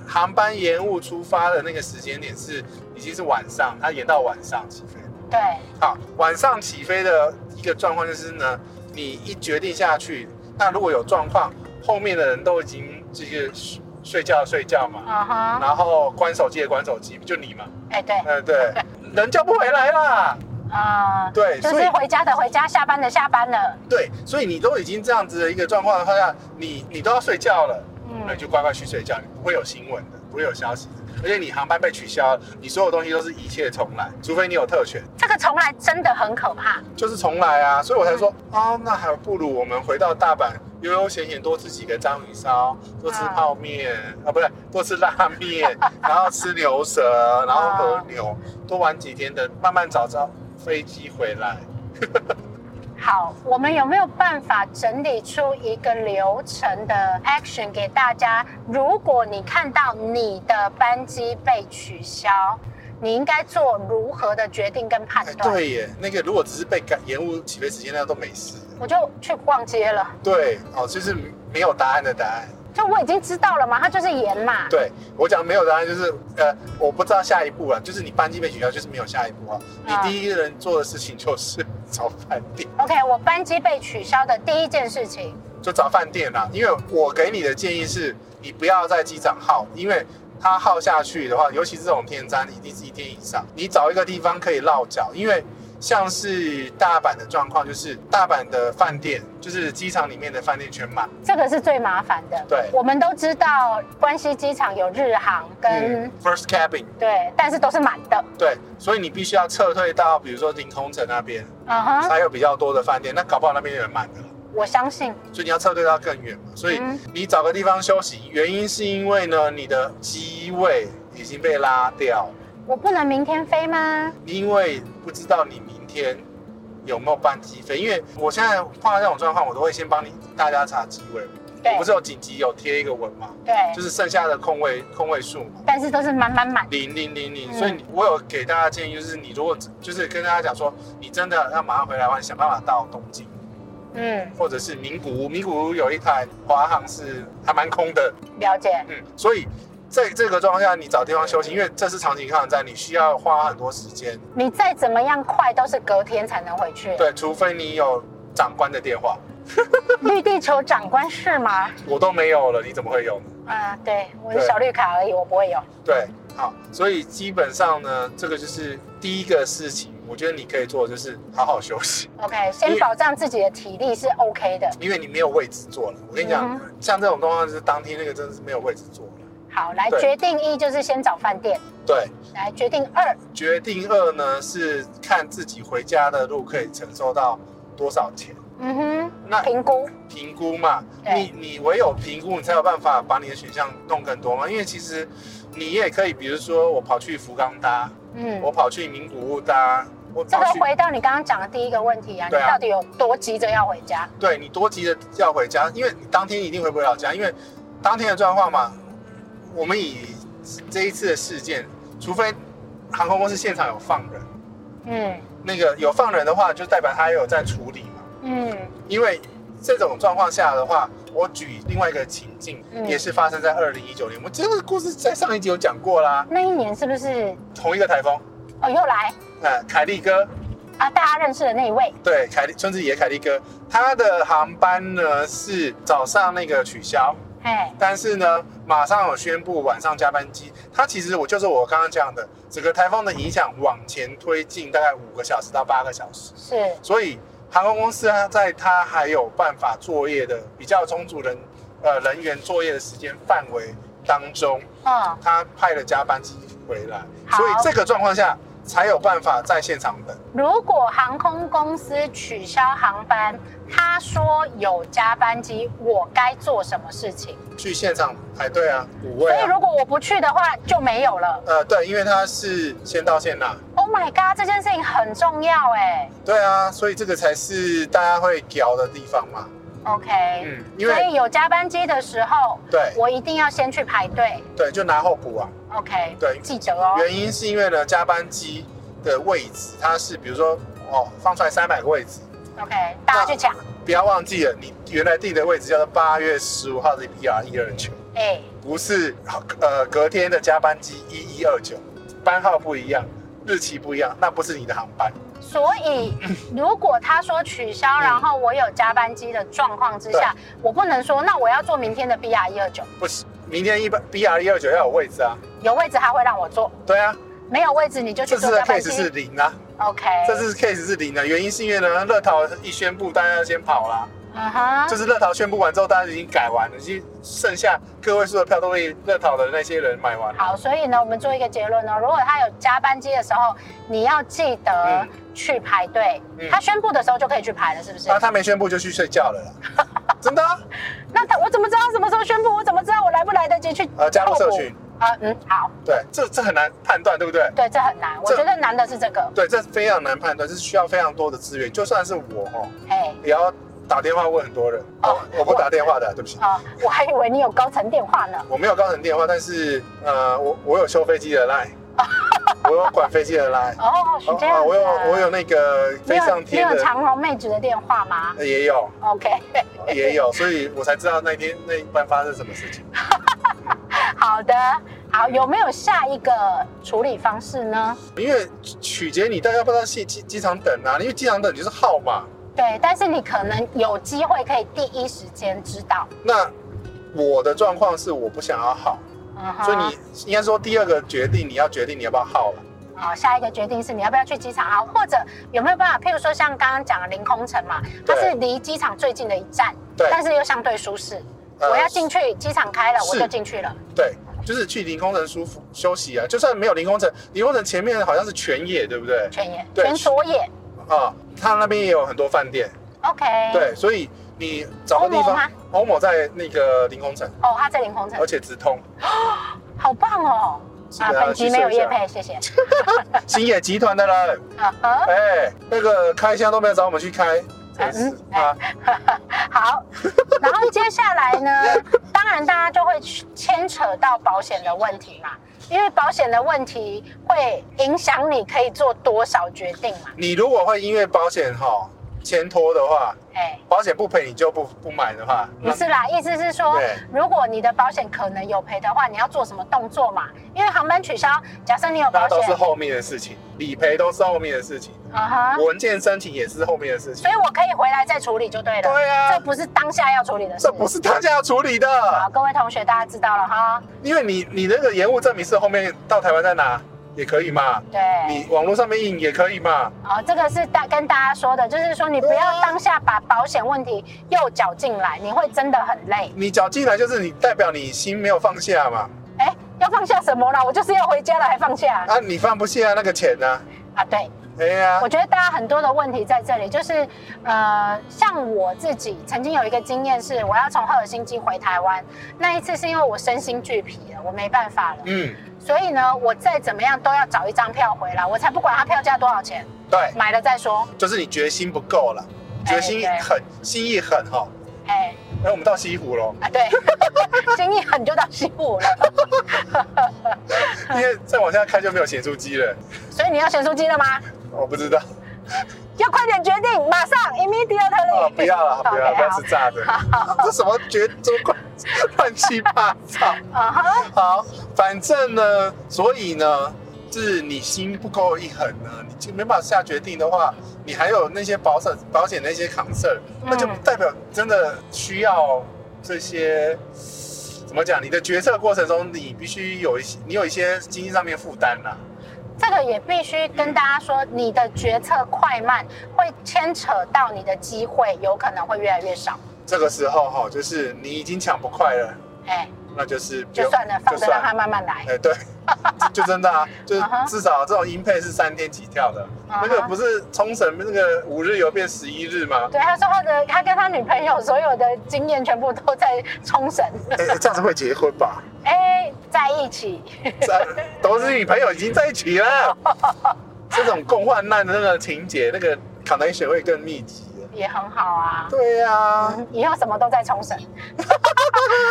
Speaker 1: 航班延误出发的那个时间点是已经是晚上，他延到晚上起飞。
Speaker 3: 对，
Speaker 1: 好，晚上起飞的一个状况就是呢，你一决定下去，那如果有状况，后面的人都已经这个睡睡觉睡觉嘛，
Speaker 3: 嗯哼，
Speaker 1: 然后关手机的关手机，就你嘛，
Speaker 3: 哎、对，
Speaker 1: 呃对，人叫不回来啦。
Speaker 3: 啊、
Speaker 1: 对
Speaker 3: 就
Speaker 1: 所以
Speaker 3: 是回家的回家，下班的下班了，
Speaker 1: 对，所以你都已经这样子的一个状况的话下，你你都要睡觉了，那
Speaker 3: 嗯
Speaker 1: 你就乖乖去睡觉，你不会有新闻的，不会有消息的，而且你航班被取消了，你所有东西都是一切重来，除非你有特权，
Speaker 3: 这个从来真的很可怕。
Speaker 1: 就是重来啊。所以我才说，哦，那还不如我们回到大阪，悠悠闲闲多吃几个章鱼烧，多吃泡面啊，不对，多吃拉面，然后吃牛舌，然后和牛，多玩几天的，慢慢找着飞机回来。
Speaker 3: 好，我们有没有办法整理出一个流程的 action 给大家？如果你看到你的班机被取消，你应该做如何的决定跟判
Speaker 1: 哎，
Speaker 3: 断？
Speaker 1: 对耶，那个如果只是被赶延误起飞时间，那都没事。
Speaker 3: 我就去逛街了，
Speaker 1: 对，哦，就是没有答案的答案。
Speaker 3: 就我已经知道了嘛，它就是盐嘛。
Speaker 1: 对我讲没有答案，就是呃，我不知道下一步啊，就是你班机被取消，就是没有下一步啊。
Speaker 3: 啊
Speaker 1: 你第一个人做的事情就是 (laughs) 找饭店，
Speaker 3: OK，我班机被取消的第一件事情，
Speaker 1: 就找饭店啦。因为我给你的建议是，你不要在机场耗，因为它耗下去的话，尤其是这种天灾，一定是一天以上。你找一个地方可以落脚，因为像是大阪的状况，就是大阪的饭店，就是机场里面的饭店全满。
Speaker 3: 这个是最麻烦的。
Speaker 1: 对
Speaker 3: 我们都知道关西机场有日航跟、
Speaker 1: 嗯，first cabin，
Speaker 3: 对，但是都是满的。
Speaker 1: 对，所以你必须要撤退到比如说凌空城那边，
Speaker 3: 嗯哼，
Speaker 1: 才有比较多的饭店。那搞不好那边也满的了，
Speaker 3: 我相信。
Speaker 1: 所以你要撤退到更远嘛。所以
Speaker 3: 嗯
Speaker 1: 你找个地方休息，原因是因为呢，你的机位已经被拉掉，
Speaker 3: 我不能明天飞吗？
Speaker 1: 因为不知道你明天有没有班机飞。因为我现在碰到这种状况，我都会先帮你大家查机位。
Speaker 3: 对嗯
Speaker 1: 我不是有紧急有贴一个文嘛，
Speaker 3: 对，
Speaker 1: 就是剩下的空位空位数嘛。
Speaker 3: 但是都是满满满。
Speaker 1: 零零零零，
Speaker 3: 嗯
Speaker 1: 所以你我有给大家建议，就是你如果就是跟大家讲说，你真的要马上回来的话，你想办法到东京，
Speaker 3: 嗯，
Speaker 1: 或者是名古屋。名古屋有一台华航是还蛮空的，
Speaker 3: 了解。
Speaker 1: 嗯，所以在这个状况下，你找地方休息，因为这是长期抗战，你需要花很多时间，
Speaker 3: 你再怎么样快，都是隔天才能回去。
Speaker 1: 对，除非你有长官的电话，
Speaker 3: 绿地球长官是吗？
Speaker 1: 我都没有了，你怎么会有呢？
Speaker 3: 啊，对，我
Speaker 1: 对
Speaker 3: 是小绿卡而已，我不会有。
Speaker 1: 对，好，所以基本上呢，这个就是第一个事情，我觉得你可以做的就是好好休息。 (laughs)
Speaker 3: OK，
Speaker 1: 因
Speaker 3: 先
Speaker 1: 为
Speaker 3: 保障自己的体力是 OK 的。
Speaker 1: 因为你没有位置坐了。我跟你讲，
Speaker 3: 嗯
Speaker 1: 像这种状况就是当天那个真的是没有位置坐了。
Speaker 3: 好，来
Speaker 1: 对
Speaker 3: 决定一就是先找饭店，
Speaker 1: 对，
Speaker 3: 来决定二
Speaker 1: 决定二呢是看自己回家的路可以承受到多少钱，
Speaker 3: 嗯
Speaker 1: 那
Speaker 3: 哼，评估，
Speaker 1: 评估嘛。
Speaker 3: 对
Speaker 1: 你你唯有评估，你才有办法把你的选项弄更多嘛。因为其实你也可以，比如说我跑去福冈搭，
Speaker 3: 嗯
Speaker 1: 我，跑去名古屋搭，我
Speaker 3: 这
Speaker 1: 跑
Speaker 3: 个
Speaker 1: 去。
Speaker 3: 回到你刚刚讲的第一个问题啊，你
Speaker 1: 对啊
Speaker 3: 到底有多急着要回家？
Speaker 1: 对你多急着要回家，因为你当天一定回不了家，因为当天的状况嘛，我们以这一次的事件，除非航空公司现场有放人，
Speaker 3: 嗯
Speaker 1: 那个有放人的话，就代表他有在处理嘛。
Speaker 3: 嗯，
Speaker 1: 因为这种状况下的话，我举另外一个情境，
Speaker 3: 嗯
Speaker 1: 也是发生在二零一九年，我这个故事在上一集有讲过啦，
Speaker 3: 那一年是不是？
Speaker 1: 同一个台风，
Speaker 3: 哦，又来
Speaker 1: 呃，凯利哥，
Speaker 3: 啊！大家认识的那一位，
Speaker 1: 对，凯利春之野凯利哥，他的航班呢是早上那个取消，
Speaker 3: 哎，
Speaker 1: 但是呢，马上有宣布晚上加班机。它其实我就是我刚刚讲的，整个台风的影响往前推进大概五个小时到八个小时，
Speaker 3: 是
Speaker 1: 所以航空公司它在它还有办法作业的比较充足人呃人员作业的时间范围当中，
Speaker 3: 嗯，
Speaker 1: 它派了加班机回来，
Speaker 3: 好
Speaker 1: 所以这个状况下才有办法在现场等。
Speaker 3: 如果航空公司取消航班，他说有加班机，我该做什么事情？
Speaker 1: 去现场排队啊，五位
Speaker 3: 所以
Speaker 1: 啊，
Speaker 3: 如果我不去的话，就没有了。
Speaker 1: 呃，对，因为它是先到先拿，
Speaker 3: Oh my god，这件事情很重要哎。
Speaker 1: 对啊，所以这个才是大家会屌的地方嘛。
Speaker 3: OK，、
Speaker 1: 嗯，因
Speaker 3: 所
Speaker 1: 为
Speaker 3: 以有加班机的时候，
Speaker 1: 对
Speaker 3: 我一定要先去排队。
Speaker 1: 对，就拿后补啊。
Speaker 3: OK，
Speaker 1: 对
Speaker 3: 记者哦。
Speaker 1: 原因是因为呢，加班机的位置它是比如说哦，放出来三百个位置，
Speaker 3: OK，大家去抢。
Speaker 1: 不要忘记了，你原来定的位置叫做八月十五号的 ER 一二九，
Speaker 3: 哎、
Speaker 1: 不是呃隔天的加班机一一二九，班号不一样，日期不一样，那不是你的航班。
Speaker 3: 所以
Speaker 1: 嗯
Speaker 3: 如果他说取消，然后我有加班机的状况之下，我不能说那我要做明天的 BR 一二九，
Speaker 1: 不行，明天一班 BR 一二九要有位置啊。
Speaker 3: 有位置他会让我做，
Speaker 1: 对啊，
Speaker 3: 没有位置你就去
Speaker 1: 这次
Speaker 3: 做
Speaker 1: 的
Speaker 3: 加班
Speaker 1: case 是
Speaker 3: 机。
Speaker 1: 零啊，
Speaker 3: OK，
Speaker 1: 这次 case 是零的、原因是因为呢，乐淘一宣布，大家先跑啦、
Speaker 3: 嗯哼，
Speaker 1: 就是乐淘宣布完之后，大家已经改完了，已经剩下个位数的票都被乐淘的那些人买完了。
Speaker 3: 好，所以呢，我们做一个结论呢，哦如果他有加班机的时候，你要记得
Speaker 1: 嗯
Speaker 3: 去排队。
Speaker 1: 嗯
Speaker 3: 他宣布的时候就可以去排了，是不是？
Speaker 1: 啊，他没宣布就去睡觉了啦，真的啊、
Speaker 3: 那他我怎么知道他什么时候宣布？我怎么知道我来不来得及去？
Speaker 1: 呃，加入社群，
Speaker 3: 啊，嗯，好，
Speaker 1: 对，这这很难判断，对不对？
Speaker 3: 对，这很难，我
Speaker 1: 这
Speaker 3: 觉得难的是这个，
Speaker 1: 对，这非常难判断，这是需要非常多的资源。就算是我哦，
Speaker 3: 哎，
Speaker 1: 也要打电话问很多人。
Speaker 3: 哦
Speaker 1: 哦，我不打电话的，对不起，
Speaker 3: 啊，我还以为你有高层电话呢，
Speaker 1: 我没有高层电话，但是呃，我我有修飞机的 line，我有管飞机的 line，
Speaker 3: 哦，是
Speaker 1: 哦
Speaker 3: 这样、
Speaker 1: 哦我有我有，那个
Speaker 3: 你
Speaker 1: 飞
Speaker 3: 有
Speaker 1: 上
Speaker 3: 你
Speaker 1: 天
Speaker 3: 有
Speaker 1: 的
Speaker 3: 长虹妹子的电话吗
Speaker 1: 呃也有
Speaker 3: ？OK，
Speaker 1: 也有， (laughs) 所以我才知道那天那一般发生什么事情。
Speaker 3: 好的，好，有没有下一个处理方式呢？
Speaker 1: 因为取决你大家不知道去机机场等啊，因为机场等就是号码。
Speaker 3: 对，但是你可能有机会可以第一时间知道，
Speaker 1: 那我的状况是我不想要号，
Speaker 3: 嗯哼
Speaker 1: 所以你应该说第二个决定你要决定你要不要号了。
Speaker 3: 好，下一个决定是你要不要去机场啊，或者有没有办法，譬如说像刚刚讲的凌空城嘛，它
Speaker 1: 对
Speaker 3: 是离机场最近的一站，
Speaker 1: 对
Speaker 3: 但是又相对舒适。
Speaker 1: 呃
Speaker 3: 我要进去，机场开了，
Speaker 1: 是
Speaker 3: 我就进去了。
Speaker 1: 对，就是去凌空城舒服休息啊。就算没有凌空城，凌空城前面好像是全野，对不对？
Speaker 3: 全野，
Speaker 1: 对
Speaker 3: 全所野
Speaker 1: 啊，他那边也有很多饭店。
Speaker 3: ，OK。，
Speaker 1: 对，所以你找个地
Speaker 3: 欧盟
Speaker 1: 方
Speaker 3: 吗，
Speaker 1: 欧某在那个凌空城，
Speaker 3: 哦，它在凌空城
Speaker 1: 而，且直通。
Speaker 3: 好棒哦！
Speaker 1: 呃是
Speaker 3: 啊，
Speaker 1: 的啊
Speaker 3: 本集
Speaker 1: 去
Speaker 3: 没有
Speaker 1: 试一
Speaker 3: 夜
Speaker 1: 下
Speaker 3: 配，谢谢。
Speaker 1: 星野集团的人，
Speaker 3: 啊哈，
Speaker 1: 哎，那个开箱都没有找我们去开，真是
Speaker 3: 嗯
Speaker 1: 啊。
Speaker 3: 好。然后接下来
Speaker 1: (laughs)
Speaker 3: 呢，当然大家就会去牵扯到保险的问题嘛，因为保险的问题会影响你可以做多少决定嘛，
Speaker 1: 你如果会因为保险哈钱拖的话，
Speaker 3: 哎、
Speaker 1: 保险不赔你就不不买的话，
Speaker 3: 不是啦，意思是说
Speaker 1: 对，
Speaker 3: 如果你的保险可能有赔的话，你要做什么动作嘛？因为航班取消，假设你有
Speaker 1: 那
Speaker 3: 保
Speaker 1: 都是
Speaker 3: 险，
Speaker 1: 后面的事情，理赔都是后面的事情，
Speaker 3: 啊哈，
Speaker 1: 文件申请也是后面的事情
Speaker 3: 所以，我可以回来再处理就对了。
Speaker 1: 对啊
Speaker 3: 这不是当下要处理的事。
Speaker 1: 这不是啊他家要处理
Speaker 3: 好，
Speaker 1: 的，
Speaker 3: 各位同学大家知道了哈。
Speaker 1: 因为你你那个延误证明是后面到台湾再拿也可以嘛，
Speaker 3: 对，
Speaker 1: 你网络上面印也可以嘛，
Speaker 3: 哦，这个是大跟大家说的，就是说你不
Speaker 1: 对啊
Speaker 3: 要当下把保险问题又搅进来，你会真的很累。
Speaker 1: 你缴进来就是你代表你心没有放下嘛，
Speaker 3: 哎，要放下什么啦？我就是要回家了，还放下
Speaker 1: 啊，你放不下那个钱呢、
Speaker 3: 啊？对，
Speaker 1: 哎呀
Speaker 3: 我，觉得大家很多的问题在这里，就是呃，像我自己曾经有一个经验是，我要从赫尔辛基回台湾，那一次是因为我身心俱疲了，我没办法了，
Speaker 1: 嗯，
Speaker 3: 所以呢，我再怎么样都要找一张票回来，我才不管它票价多少钱，
Speaker 1: 对，
Speaker 3: 买了再说。
Speaker 1: 就是你决心不够了，决心
Speaker 3: 哎对
Speaker 1: 狠，心意狠哈、
Speaker 3: 哎、
Speaker 1: 哎，我们到
Speaker 3: (laughs)
Speaker 1: 西湖喽。
Speaker 3: 啊，
Speaker 1: (laughs)
Speaker 3: 对，经一狠就到西湖了，
Speaker 1: 因为再往下开就没有咸酥鸡了，
Speaker 3: 所以你要选书机了吗？
Speaker 1: 我不
Speaker 3: (laughs)
Speaker 1: 知道啊
Speaker 3: 要快点决定，马上 immediately、
Speaker 1: 啊，不要
Speaker 3: (laughs)
Speaker 1: 了，不要了，
Speaker 3: OK，
Speaker 1: 不要
Speaker 3: 好
Speaker 1: 吃炸的，这什么绝这么快乱七八糟。
Speaker 3: 啊哈，
Speaker 1: 好，反正呢，所以呢，是你心不够一狠呢，你就没办法下决定的话，你还有那些保险保险那些 concern，那就
Speaker 3: 嗯
Speaker 1: 代表真的需要这些。怎么讲？你的决策过程中，你必须有一些，你有一些经济上面负担啦。
Speaker 3: 这个也必须跟大家说，你的决策快慢会牵扯到你的机会，有可能会越来越少。
Speaker 1: 这个时候哈，就是你已经抢不快了，
Speaker 3: 哎，
Speaker 1: 那就是不
Speaker 3: 就
Speaker 1: 用
Speaker 3: 算了，放
Speaker 1: 就
Speaker 3: 着让它
Speaker 1: 算了。
Speaker 3: 慢慢来
Speaker 1: 哎、。对，就真的啊，就是
Speaker 3: 嗯哼
Speaker 1: 至少这种音配是三天起跳的。
Speaker 3: 嗯哼
Speaker 1: 那个不是冲绳那个五日游变十一日吗？
Speaker 3: 对，他说他的他跟他女朋友所有的经验全部都在冲绳， (laughs)
Speaker 1: 哎、这样子会结婚吧？
Speaker 3: 哎，在一起，
Speaker 1: (laughs)
Speaker 3: (laughs)
Speaker 1: 这都是女朋友已经在一起了，这种共患难的那个情节，那个 connection 会更密集的。
Speaker 3: 也很好啊。
Speaker 1: 对呀、啊，
Speaker 3: 以后什么都在冲绳， (laughs)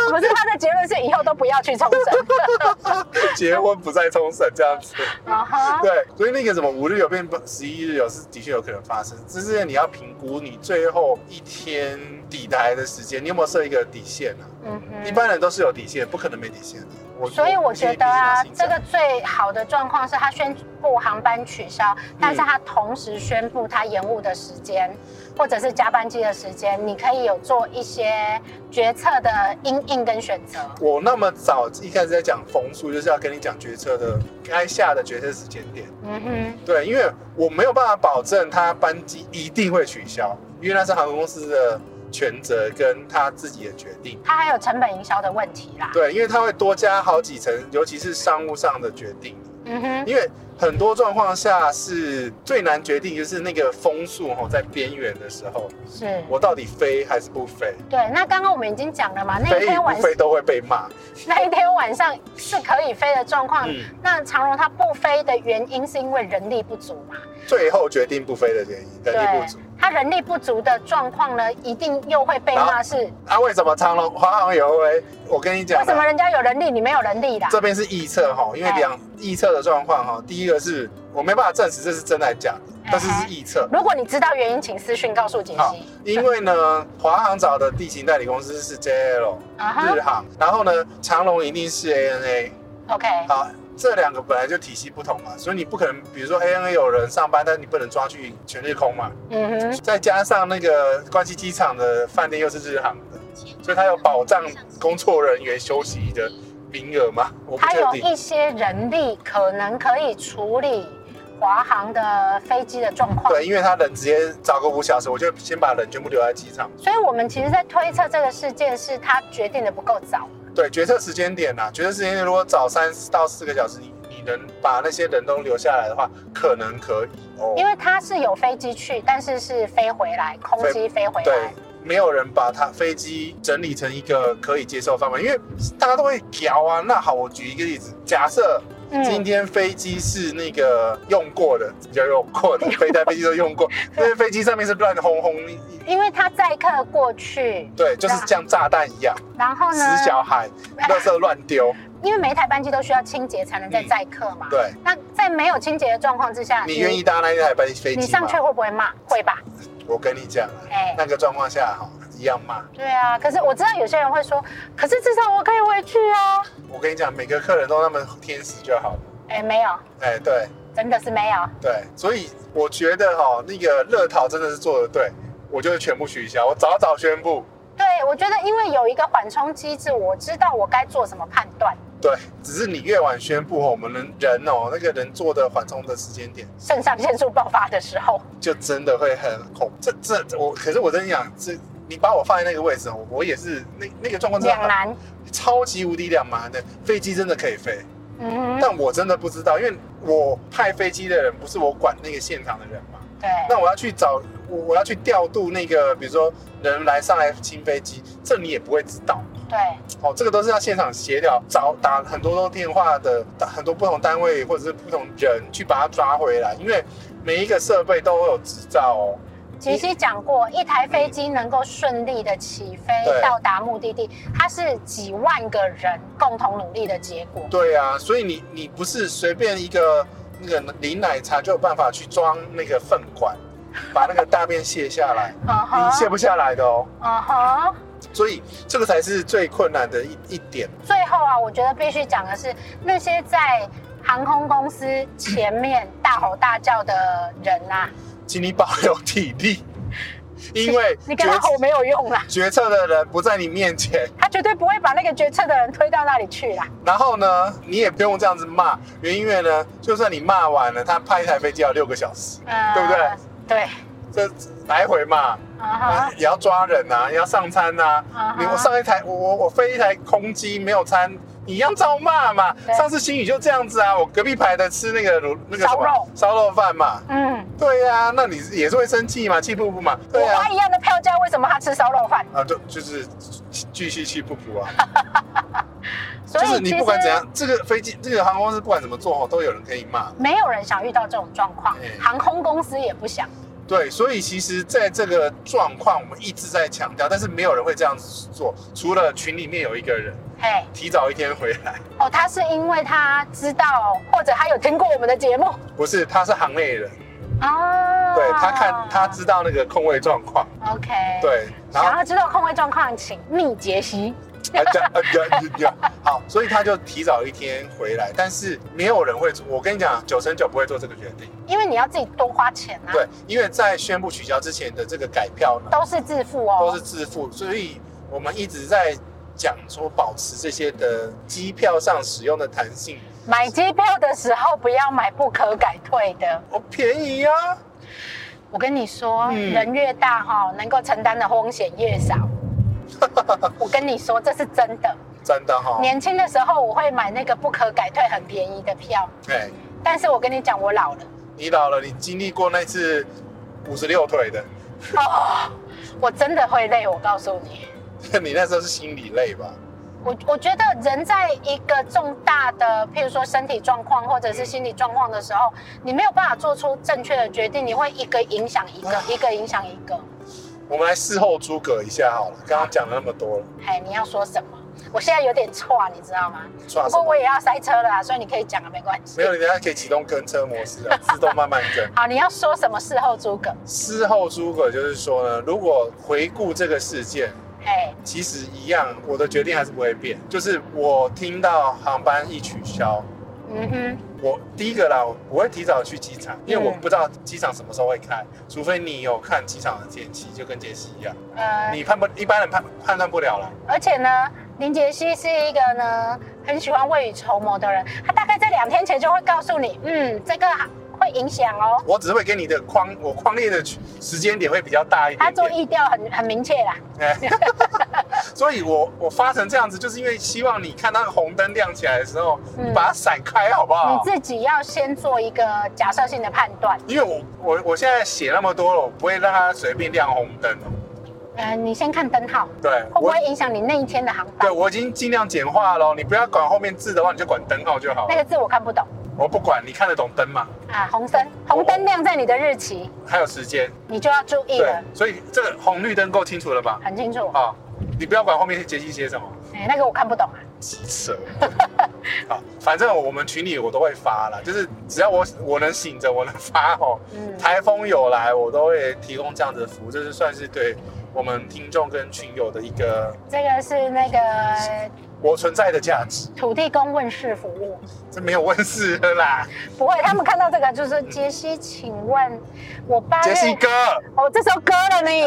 Speaker 3: 不是他的结论是以后都不要去
Speaker 1: (laughs)
Speaker 3: 冲绳。
Speaker 1: 结婚不在冲绳这样子。
Speaker 3: (laughs) 啊哈，
Speaker 1: 对，所以那个什么五日游变十一日游是的确有可能发生，只是你要评估你最后一天抵达的时间，你有没有设一个底线啊呢、
Speaker 3: 嗯
Speaker 1: 一
Speaker 3: 哼。
Speaker 1: 般人都是有底线，不可能没底线的。我
Speaker 3: 所以我觉得啊，这个
Speaker 1: 个
Speaker 3: 最好的状况是他宣布航班取消，但是他同时宣布他延误的时间，或者是加班机的时间，你可以有做一些决策的因应跟选择。
Speaker 1: 我那么早一开始在讲风速，就是要跟你讲决策的该下的决策时间点。
Speaker 3: 嗯哼，
Speaker 1: 对，因为我没有办法保证他班机一定会取消，因为那是航空公司的权责跟他自己的决定。
Speaker 3: 它还有成本营销的问题啦。
Speaker 1: 对，因为他会多加好几层，尤其是商务上的决定。
Speaker 3: 嗯哼，
Speaker 1: 因为很多状况下是最难决定，就是那个风速哦，在边缘的时候，
Speaker 3: 是
Speaker 1: 我到底飞还是不飞？
Speaker 3: 对。那刚刚我们已经讲了嘛，那一
Speaker 1: 飞与
Speaker 3: 天
Speaker 1: 不
Speaker 3: 晚
Speaker 1: 飞都会被骂。
Speaker 3: (laughs) 那一天晚上是可以飞的状况。
Speaker 1: 嗯，
Speaker 3: 那长荣它不飞的原因是因为人力不足嘛？
Speaker 1: 最后决定不飞的原因，人力不足。
Speaker 3: 它人力不足的状况呢，一定又会被骂是
Speaker 1: 啊，为什么长龙华航有回？我跟你讲
Speaker 3: 为
Speaker 1: 啦，
Speaker 3: 什么人家有人力，你没有人力啦？
Speaker 1: 这边是臆测哈，因为
Speaker 3: 哎
Speaker 1: 两臆测的状况哈，第一个是我没办法证实这是真还是假的，但是是
Speaker 3: 哎
Speaker 1: 臆测。
Speaker 3: 如果你知道原因，请私讯告诉锦
Speaker 1: 好
Speaker 3: 溪。
Speaker 1: 因为呢，华航找的地勤代理公司是 JL
Speaker 3: 啊
Speaker 1: 日
Speaker 3: 哈
Speaker 1: 航，然后呢，长龙一定是 ANA。
Speaker 3: ，OK，
Speaker 1: 好，这两个本来就体系不同嘛，所以你不可能，比如说 ANA 有人上班，但你不能抓去全日空嘛。
Speaker 3: 嗯哼，
Speaker 1: 再加上那个关西机场的饭店又是日航的，所以它有保障工作人员休息的名额吗？我不
Speaker 3: 它
Speaker 1: 确
Speaker 3: 有
Speaker 1: 定。
Speaker 3: 一些人力可能可以处理华航的飞机的状况。
Speaker 1: 对，因为他人直接找个五小时，我就先把人全部留在机场。
Speaker 3: 所以我们其实，在推测这个事件是他决定的不够早。
Speaker 1: 对，决策时间点呐、啊决策时间点如果早三到四个小时，你你能把那些人都留下来的话，可能可以哦。
Speaker 3: 因为它是有飞机去，但是是飞回来，空机飞回
Speaker 1: 对
Speaker 3: 来。，
Speaker 1: 没有人把他飞机整理成一个可以接受的范围，因为大家都会聊啊。那好，我举一个例子，假设今
Speaker 3: 嗯，
Speaker 1: 天飞机是那个用过的，比较用过的，飞弹飞机都
Speaker 3: (laughs)
Speaker 1: 用过，那些飞机上面是乱轰轰，一一
Speaker 3: 因为他载客过去，
Speaker 1: 对，就是像炸弹一样，
Speaker 3: 然后呢， (laughs)
Speaker 1: 死小孩，垃圾乱丢，
Speaker 3: 因为每一台班机都需要清洁才能再
Speaker 1: 嗯
Speaker 3: 载客嘛。
Speaker 1: 对。
Speaker 3: 那在没有清洁的状况之下，
Speaker 1: 你愿意搭那一台飞飞
Speaker 3: 嗯你
Speaker 1: 机
Speaker 3: 上
Speaker 1: 吗
Speaker 3: 去？会不会骂？会吧。
Speaker 1: 我跟你讲啊，
Speaker 3: 哎
Speaker 1: 那个状况下哈，一样骂。
Speaker 3: 对啊，可是我知道有些人会说，可是至少我可以回去啊。
Speaker 1: 我跟你讲，每个客人都那么天使就好了。
Speaker 3: 哎，没有，
Speaker 1: 哎，对
Speaker 3: 真的是没有。
Speaker 1: 对，所以我觉得哈，那个乐淘真的是做的对，我就全部取消，我早早宣布。
Speaker 3: 对，我觉得因为有一个缓冲机制，我知道我该做什么判断，
Speaker 1: 对，只是你越晚宣布，我们人人哦，那个人做的缓冲的时间点，
Speaker 3: 肾上腺素爆发的时候，
Speaker 1: 就真的会很恐。这这这我，可是我真的讲，这你把我放在那个位置，哦我我也是那那个状况真
Speaker 3: 两
Speaker 1: 的
Speaker 3: 难。
Speaker 1: 超级无敌两难的。飞机真的可以飞，
Speaker 3: 嗯哼，
Speaker 1: 但我真的不知道，因为我派飞机的人不是我管那个现场的人嘛。
Speaker 3: 对。
Speaker 1: 那我要去找我，我要去调度那个，比如说人来上来清飞机，这你也不会知道。
Speaker 3: 对，
Speaker 1: 哦，这个都是要现场协调，找打很多通电话的，打很多不同单位或者是不同人去把它抓回来，因为每一个设备都会有执照哦。
Speaker 3: 杰西讲过，一台飞机能够顺利的起飞
Speaker 1: 对
Speaker 3: 到达目的地，它是几万个人共同努力的结果。
Speaker 1: 对啊，所以你你不是随便一个那个零奶茶就有办法去装那个粪管，把那个大便卸下来，
Speaker 3: (laughs) 嗯
Speaker 1: 你卸
Speaker 3: 哼，
Speaker 1: 不下来的哦。
Speaker 3: 嗯哼。
Speaker 1: 所以这个才是最困难的一一点。
Speaker 3: 最后啊，我觉得必须讲的是，那些在航空公司前面大吼大叫的人啊呐、
Speaker 1: 请你保留体力， (laughs) 因为
Speaker 3: 你跟他
Speaker 1: 决
Speaker 3: 吼没有用啦，
Speaker 1: 决策的人不在你面前，
Speaker 3: 他绝对不会把那个决策的人推到那里去啦。
Speaker 1: 然后呢，你也不用这样子骂，原因为呢，就算你骂完了，他派一台飞机要六个小时，
Speaker 3: 呃
Speaker 1: 对不对？
Speaker 3: 对，
Speaker 1: 这来回骂，
Speaker 3: 嗯
Speaker 1: 啊
Speaker 3: 哼，
Speaker 1: 也要抓人啊，也要上餐呐、
Speaker 3: 嗯
Speaker 1: 你
Speaker 3: 哼
Speaker 1: 我上一台，我我我飞一台空机没有餐，你一样照骂嘛。
Speaker 3: 对
Speaker 1: 上次新宇就这样子啊，我隔壁排的吃那个卤那个什
Speaker 3: 烧
Speaker 1: 么
Speaker 3: 肉
Speaker 1: 烧肉饭嘛。
Speaker 3: 嗯，
Speaker 1: 对呀、那你也是会生气嘛，气不不嘛。对啊
Speaker 3: 我
Speaker 1: 呀、
Speaker 3: 花一样的票价，为什么他吃烧肉饭？
Speaker 1: 啊，就就是继续气不服啊。
Speaker 3: (laughs) 所
Speaker 1: 就是
Speaker 3: 以
Speaker 1: 你
Speaker 3: 其
Speaker 1: 不管
Speaker 3: 实
Speaker 1: 怎样，这个飞机、这个航空公司不管怎么做哦，都有人可以骂。
Speaker 3: 没有人想遇到这种状况
Speaker 1: 嗯，
Speaker 3: 航空公司也不想。
Speaker 1: 对，所以其实在这个状况，我们一直在强调，但是没有人会这样子做，除了群里面有一个人
Speaker 3: 嘿，
Speaker 1: 提早一天回来，
Speaker 3: 哦，他是因为他知道，或者他有听过我们的节目
Speaker 1: 不是，他是行内人，
Speaker 3: 啊。
Speaker 1: (laughs) 对他看他知道那个空位状况，
Speaker 3: OK。。
Speaker 1: 对，然
Speaker 3: 想
Speaker 1: 后
Speaker 3: 要知道空位状况，请密杰西。
Speaker 1: 啊这样啊这样这样 (laughs) 好，所以他就提早一天回来，但是没有人会做，我跟你讲，九成九不会做这个决定，
Speaker 3: 因为你要自己多花钱啊，
Speaker 1: 对，因为在宣布取消之前的这个改票呢，
Speaker 3: 都是自付
Speaker 1: 都
Speaker 3: 哦
Speaker 1: 是。自付，所以我们一直在讲说保持这些的机票上使用的弹性。
Speaker 3: 买机票的时候不要买不可改退的。
Speaker 1: 哦，便宜啊！
Speaker 3: 我跟你说，
Speaker 1: 嗯
Speaker 3: 人越大哈、能够承担的风险越
Speaker 1: (laughs)
Speaker 3: 少。我跟你说，这是真的。
Speaker 1: 真的哈、
Speaker 3: 年轻的时候我会买那个不可改退很便宜的票，
Speaker 1: 哎，
Speaker 3: 但是我跟你讲，我
Speaker 1: (laughs)
Speaker 3: 老了，
Speaker 1: 你老了，你经历过那次五十六腿的， (laughs)
Speaker 3: 哦，我真的会累，我告诉你。
Speaker 1: 你那时候是心理累吧？
Speaker 3: 我我觉得人在一个重大的，譬如说身体状况或者是心理状况的时候，你没有办法做出正确的决定，你会一个影响一个，一个影响一个。
Speaker 1: 我们来事后诸葛一下好了，刚刚讲了那么多了，
Speaker 3: 哎，你要说什么？我现在有点错，你知道吗？
Speaker 1: 算
Speaker 3: 不
Speaker 1: 啊什
Speaker 3: 过
Speaker 1: 么？
Speaker 3: 我也要塞车了啊，所以你可以讲啊，没关系
Speaker 1: 没。有，你等下可以启动跟车模
Speaker 3: (laughs)
Speaker 1: 式啊，自动慢慢跟。
Speaker 3: 好，你要说什么事后诸葛？
Speaker 1: 事后诸葛就是说呢，如果回顾这个事件，
Speaker 3: 哎，
Speaker 1: 其实一样，我的决定还是不会变。就是我听到航班一取消，
Speaker 3: 嗯哼，
Speaker 1: 我第一个啦，我不会提早去机场，因为我
Speaker 3: 嗯
Speaker 1: 不知道机场什么时候会开，除非你有看机场的天气，就跟杰西一样，
Speaker 3: 呃，
Speaker 1: 你判不一般人判判断不了啦。
Speaker 3: 而且呢，林杰西是一个呢很喜欢未雨绸缪的人，他大概在两天前就会告诉你，嗯，这个会影响哦。
Speaker 1: 我只是会给你的框，我框列的时间点会比较大一
Speaker 3: 他
Speaker 1: 点
Speaker 3: 做
Speaker 1: 点。
Speaker 3: 意调很很明确啦，
Speaker 1: 哎所以我我发成这样子，就是因为希望你看那个红灯亮起来的时候，
Speaker 3: 嗯
Speaker 1: 你把它闪开，好不好？
Speaker 3: 你自己要先做一个假设性的判断。
Speaker 1: 因为我我我现在写那么多了，我不会让它随便亮红灯了。
Speaker 3: 呃，你先看灯号，
Speaker 1: 对，
Speaker 3: 会不
Speaker 1: 我
Speaker 3: 会影响你那一天的航
Speaker 1: 对
Speaker 3: 班？
Speaker 1: 我已经尽量简化了哦，你不要管后面字的话，你就管灯号就好
Speaker 3: 那
Speaker 1: 了。
Speaker 3: 个字我看不懂
Speaker 1: 我不管，你看得懂灯吗？
Speaker 3: 啊，红灯，红灯亮在你的日期，
Speaker 1: 还有时间，
Speaker 3: 你就要注意
Speaker 1: 对
Speaker 3: 了，，
Speaker 1: 所以这个红绿灯够清楚了吧？
Speaker 3: 很清楚。
Speaker 1: 啊，你不要管后面杰西写什么，
Speaker 3: 哎，那个我看不懂啊。
Speaker 1: 扯。 (laughs) 好，反正我们群里我都会发了，就是只要我我能醒着，我能发哦。
Speaker 3: 嗯，
Speaker 1: 台风有来，我都会提供这样子的服务，这是算是对我们听众跟群友的一个
Speaker 3: 这个是那个
Speaker 1: 我存在的价值，
Speaker 3: 土地公问世服务。
Speaker 1: 这没有问世的啦，
Speaker 3: 不会，他们看到这个就说：“杰西，请问我八
Speaker 1: 杰
Speaker 3: 月
Speaker 1: 西哥，
Speaker 3: 哦，这时候歌了呢，
Speaker 1: (laughs)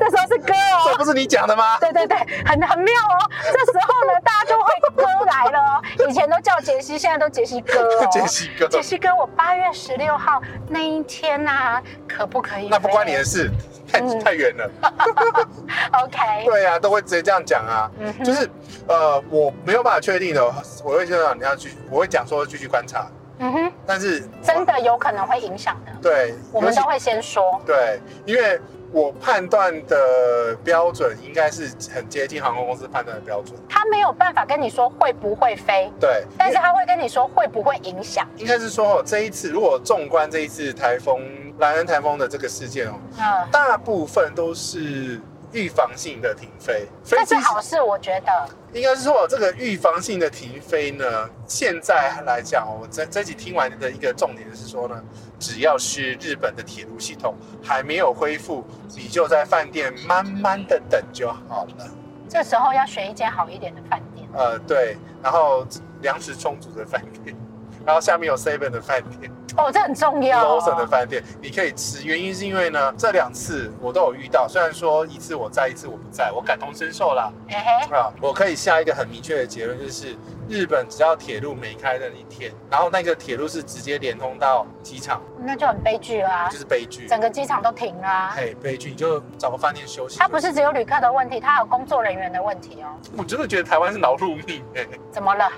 Speaker 3: 这时候是歌
Speaker 1: 这
Speaker 3: 哦。”
Speaker 1: 不是你讲的吗？。
Speaker 3: 对对对，很很妙哦。这时候呢，大家就会歌来了哦。以前都叫杰西，现在都杰西哥哦
Speaker 1: (laughs) (laughs) 杰西哥，
Speaker 3: 杰西哥，我八月十六号那一天呐、可不可以？
Speaker 1: 那不关你的。事，太
Speaker 3: 嗯
Speaker 1: 太远了。
Speaker 3: OK，
Speaker 1: 对啊，都会直接这样讲啊，
Speaker 3: 嗯哼
Speaker 1: 就是呃，我没有办法确定的，我会就让你要去，我会讲说继续观察，
Speaker 3: 嗯哼，
Speaker 1: 但是
Speaker 3: 真的有可能会影响的，
Speaker 1: 对，
Speaker 3: 我
Speaker 1: 尤
Speaker 3: 们
Speaker 1: 其
Speaker 3: 都会先说。
Speaker 1: 对，因为我判断的标准应该是很接近航空公司判断的标准，
Speaker 3: 他没有办法跟你说会不会飞，
Speaker 1: 对，
Speaker 3: 但是他会跟你说会不会影响。
Speaker 1: 应该是说哦，这一次如果纵观这一次台风兰恩台风的这个事件哦，
Speaker 3: 嗯，
Speaker 1: 大部分都是预防性的停飞，飞
Speaker 3: 这
Speaker 1: 机
Speaker 3: 是好事，我觉得。
Speaker 1: 应该是说哦这个预防性的停飞呢，现在来讲哦，我这这集听完的一个重点就是说呢，只要是日本的铁路系统还没有恢复，你就在饭店慢慢的等就好了。
Speaker 3: 这时候要选一间好一点的饭店。
Speaker 1: 呃，对，然后粮食充足的饭店， (laughs) 然后下面有 Seven 的饭店。
Speaker 3: 哦，这很重要、
Speaker 1: l o
Speaker 3: 哦。
Speaker 1: s o n 的饭店，你可以吃。原因是因为呢，这两次我都有遇到，虽然说一次我在，一次我不在，我感同身受啦。
Speaker 3: 哎嘿，
Speaker 1: 啊，我可以下一个很明确的结论，就是日本只要铁路没开的一天，然后那个铁路是直接连通到机场，
Speaker 3: 那就很悲剧啦、
Speaker 1: 就是哎悲剧。
Speaker 3: 整个机场都停啦、
Speaker 1: 嘿，悲剧，你就找个饭店休息。
Speaker 3: 它不，是只有旅客的问题，它还有工作人员的问题哦。
Speaker 1: 我真的觉得台湾是劳碌命哎、
Speaker 3: 怎么了？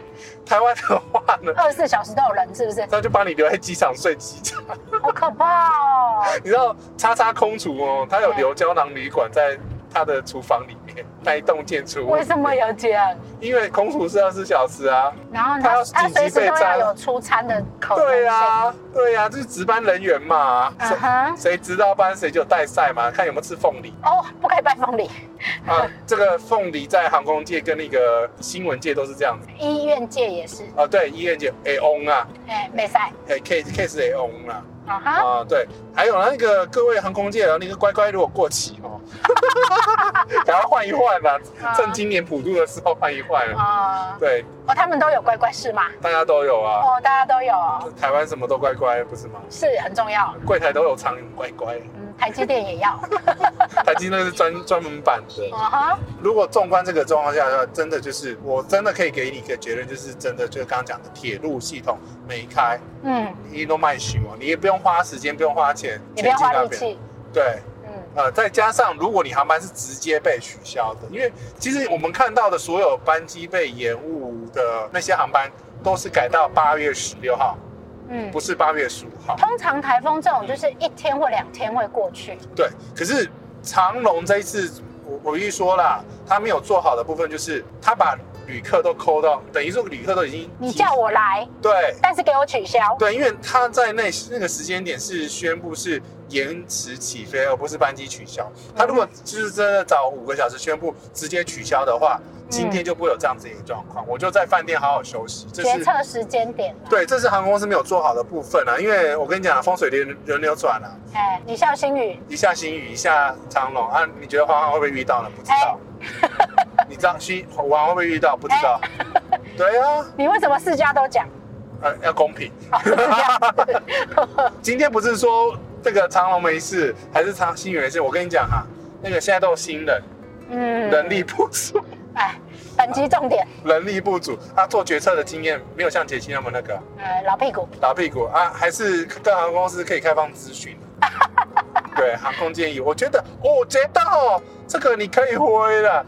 Speaker 1: 台湾的话呢，
Speaker 3: 二十四小时都有人，是不是？
Speaker 1: 他就把你留在机场睡机场。
Speaker 3: 好可怕哦！
Speaker 1: 你知道叉叉空厨哦，他有留胶囊旅馆在他的厨房里面那一栋建筑物。
Speaker 3: 为什么要这样？
Speaker 1: 因为空厨是二十四小时啊。
Speaker 3: 然后
Speaker 1: 它
Speaker 3: 它
Speaker 1: 要
Speaker 3: 它
Speaker 1: 紧
Speaker 3: 随
Speaker 1: 急
Speaker 3: 时
Speaker 1: 备
Speaker 3: 都
Speaker 1: 战
Speaker 3: 要有出餐的可能性。
Speaker 1: 对啊，对啊，就是值班人员嘛。
Speaker 3: 嗯哼。
Speaker 1: 谁值到班谁就带赛嘛，看有没有吃凤梨
Speaker 3: 哦，不可以拜凤梨，
Speaker 1: 啊。这个凤梨在航空界跟那个新闻界都是这样子
Speaker 3: 医院界也是，
Speaker 1: 啊。对，医院界 A on 啊，
Speaker 3: 哎，没赛。
Speaker 1: 哎 case case A on 啊
Speaker 3: 啊哈，
Speaker 1: 啊，对，还有那个各位航空界的那个乖乖，如果过期哦， (laughs) 然后换一换啦、
Speaker 3: 啊
Speaker 1: 趁今年普渡的时候换一换。
Speaker 3: 啊，
Speaker 1: 对，
Speaker 3: 哦，他们都有乖乖是吗？
Speaker 1: 大家都有啊，
Speaker 3: 哦，大家都有哦，
Speaker 1: 台湾什么都乖乖，不是吗？
Speaker 3: 是很重要。
Speaker 1: 柜台都有苍蝇乖乖，
Speaker 3: 嗯，台积电也
Speaker 1: (laughs)
Speaker 3: 要。
Speaker 1: 台积那个是专专门版的。
Speaker 3: 啊哈，
Speaker 1: 如果纵观这个状况下的话，真的就是我真的可以给你一个结论，就是真的就是刚刚讲的铁路系统没开，
Speaker 3: 嗯，
Speaker 1: 你都卖行哦，你也不用花时间，不用花钱，
Speaker 3: 你不要花
Speaker 1: 前
Speaker 3: 力
Speaker 1: 进那边。
Speaker 3: 气。
Speaker 1: 对，
Speaker 3: 嗯。
Speaker 1: 呃，再加上如果你航班是直接被取消的，因为其实我们看到的所有班机被延误的那些航班，都是改到八月十六号。
Speaker 3: 嗯
Speaker 1: 不，是八月十五号。
Speaker 3: 通常台风这种就是一天或两天会过去。
Speaker 1: 对，可是长龙这一次，我我一说啦，他没有做好的部分就是他把旅客都抠到，等于说旅客都已经
Speaker 3: 你
Speaker 1: 提
Speaker 3: 叫我来，
Speaker 1: 对
Speaker 3: 但是给我取消。
Speaker 1: 对，因为他在那那个时间点是宣布是延迟起飞，而不是班机取消。他如果
Speaker 3: 嗯
Speaker 1: 就是真的早五个小时宣布直接取消的话，今天就不会有这样子的一个状况。我就在饭店好好休息，这
Speaker 3: 嗯决
Speaker 1: 是
Speaker 3: 策时间点啦。
Speaker 1: 对，这是航空公司没有做好的部分啊。因为我跟你讲，风水轮轮流转啊，
Speaker 3: 哎，你笑星宇，
Speaker 1: 一下新宇，一下长龙啊，你觉得黄航会不会遇到呢？不知道。你知道新黄航会不会遇到？不知道。对啊，
Speaker 3: 你为什么四家都
Speaker 1: (laughs)
Speaker 3: 讲？
Speaker 1: 呃，要公平。
Speaker 3: 哦，是这样子
Speaker 1: 今天不是说这个长龙没事，还是长新宇没事？我跟你讲哈、啊那个现在都有新人，
Speaker 3: 嗯
Speaker 1: 人力不足， (laughs)
Speaker 3: 哎，本集重点，
Speaker 1: 人力不足啊，做决策的经验没有像杰西那么那个
Speaker 3: 呃，老屁股，
Speaker 1: 打屁股啊，还是各航空公司可以开放咨询。对，航空建议，我觉得，我觉得哦，这个你可以挥了。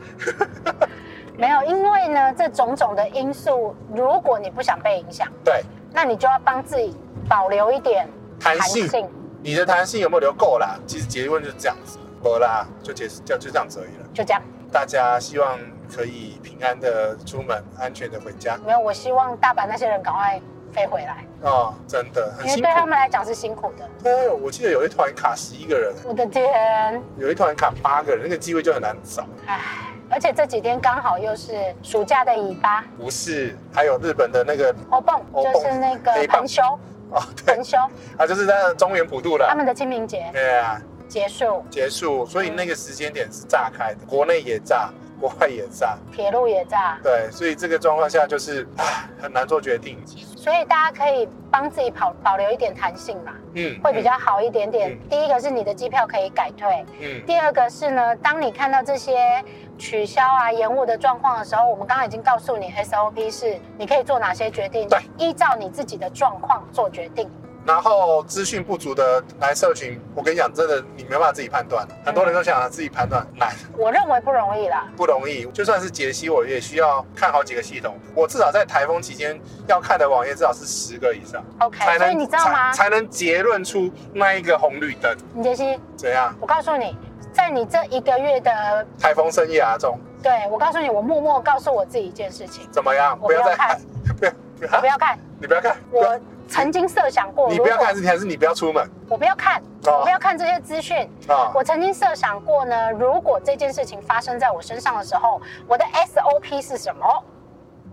Speaker 3: 没有，因为呢，这种种的因素，如果你不想被影响，
Speaker 1: 对，
Speaker 3: 那你就要帮自己保留一点
Speaker 1: 弹性。你的弹性有没有留够啦？其实结论就是这样子，没啦，就结就就这样子而已了。
Speaker 3: 就这样。
Speaker 1: 大家希望可以平安的出门，安全的回家
Speaker 3: 没有，我希望大阪那些人赶快飞回来，
Speaker 1: 哦，真的
Speaker 3: 因
Speaker 1: 很
Speaker 3: 为
Speaker 1: 辛苦
Speaker 3: 对。他们来讲是辛苦的。
Speaker 1: 哎呦，我记得有一团卡十一个人，
Speaker 3: 我的天，
Speaker 1: 有一团卡八个人，那个机会就很难找。
Speaker 3: 唉，而且这几天刚好又是暑假的尾巴，
Speaker 1: 不是，还有日本的那个
Speaker 3: 欧蹦
Speaker 1: 欧蹦
Speaker 3: 就是那个
Speaker 1: 黑哦棒
Speaker 3: 盆修，
Speaker 1: 哦，对
Speaker 3: 盆修，
Speaker 1: 啊，就是在中原普渡
Speaker 3: 他
Speaker 1: 了。
Speaker 3: 们的清明节
Speaker 1: 对啊，
Speaker 3: 结束，
Speaker 1: 结束，所以那个时间点是炸开的，国内也炸，国外也炸。
Speaker 3: 铁路也炸，
Speaker 1: 对，所以这个状况下就是，唉，很难做决定。
Speaker 3: 所以大家可以帮自己保保留一点弹性嘛，
Speaker 1: 嗯，
Speaker 3: 会比较好一点点。
Speaker 1: 嗯
Speaker 3: 第一个是你的机票可以改退，
Speaker 1: 嗯。
Speaker 3: 第二个是呢，当你看到这些取消啊、延误的状况的时候，我们刚刚已经告诉你 SOP 是你可以做哪些决定
Speaker 1: 对，
Speaker 3: 依照你自己的状况做决定。
Speaker 1: 然后资讯不足的来社群，我跟你讲，真的你没办法自己判断，很多人都想自己判断难
Speaker 3: 我认为不容易啦，
Speaker 1: 不容易。就算是解析，我也需要看好几个系统，我至少在台风期间要看的网页至少是十个以上，
Speaker 3: OK，所以你知道吗
Speaker 1: 才？才能结论出那一个红绿灯
Speaker 3: 你杰西，
Speaker 1: 怎样。
Speaker 3: 我告诉你，在你这一个月的，
Speaker 1: 台风生啊涯中
Speaker 3: 对我告诉你，我默默告诉我自己一件事情，
Speaker 1: 怎么样？
Speaker 3: 我
Speaker 1: 不要
Speaker 3: 不要
Speaker 1: 再
Speaker 3: 看，
Speaker 1: (laughs) 不要，不
Speaker 3: 我不
Speaker 1: 要，
Speaker 3: 要看，
Speaker 1: 你不要看，不要
Speaker 3: 我曾经设想过，
Speaker 1: 啊你
Speaker 3: 如
Speaker 1: 不要
Speaker 3: 果
Speaker 1: 看，还是还是你不要出门
Speaker 3: 我不要看，
Speaker 1: 哦
Speaker 3: 我不要看这些资讯。
Speaker 1: 啊？
Speaker 3: 我曾经设想过呢，如果这件事情发生在我身上的时候，我的 SOP 是什么？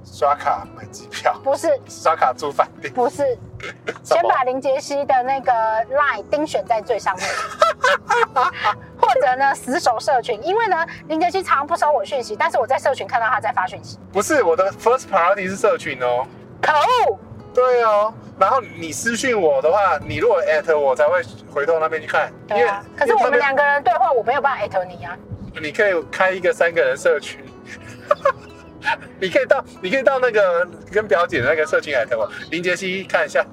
Speaker 1: 刷卡买机票，
Speaker 3: 不是，
Speaker 1: 刷卡住饭店，
Speaker 3: 不是，
Speaker 1: 什
Speaker 3: 先
Speaker 1: 么
Speaker 3: 把林杰西的那个 line 钉选在最
Speaker 1: (laughs)
Speaker 3: 上面，或者呢死守社群，因为呢林杰西常不收我讯息，但是我在社群看到他在发讯息，
Speaker 1: 不是我的 first priority 是社群哦。
Speaker 3: 可恶！
Speaker 1: 对哦，然后你私讯我的话，你如果 at 我才会回头那边去看，
Speaker 3: 对啊，可是
Speaker 1: 因
Speaker 3: 我
Speaker 1: 为那
Speaker 3: 们
Speaker 1: 边
Speaker 3: 两个人对话，我没有办法艾特你啊。
Speaker 1: 你可以开一个三个人社群， (laughs) 你可以到你可以到那个跟表姐的那个社群 at 我，林杰西看一下。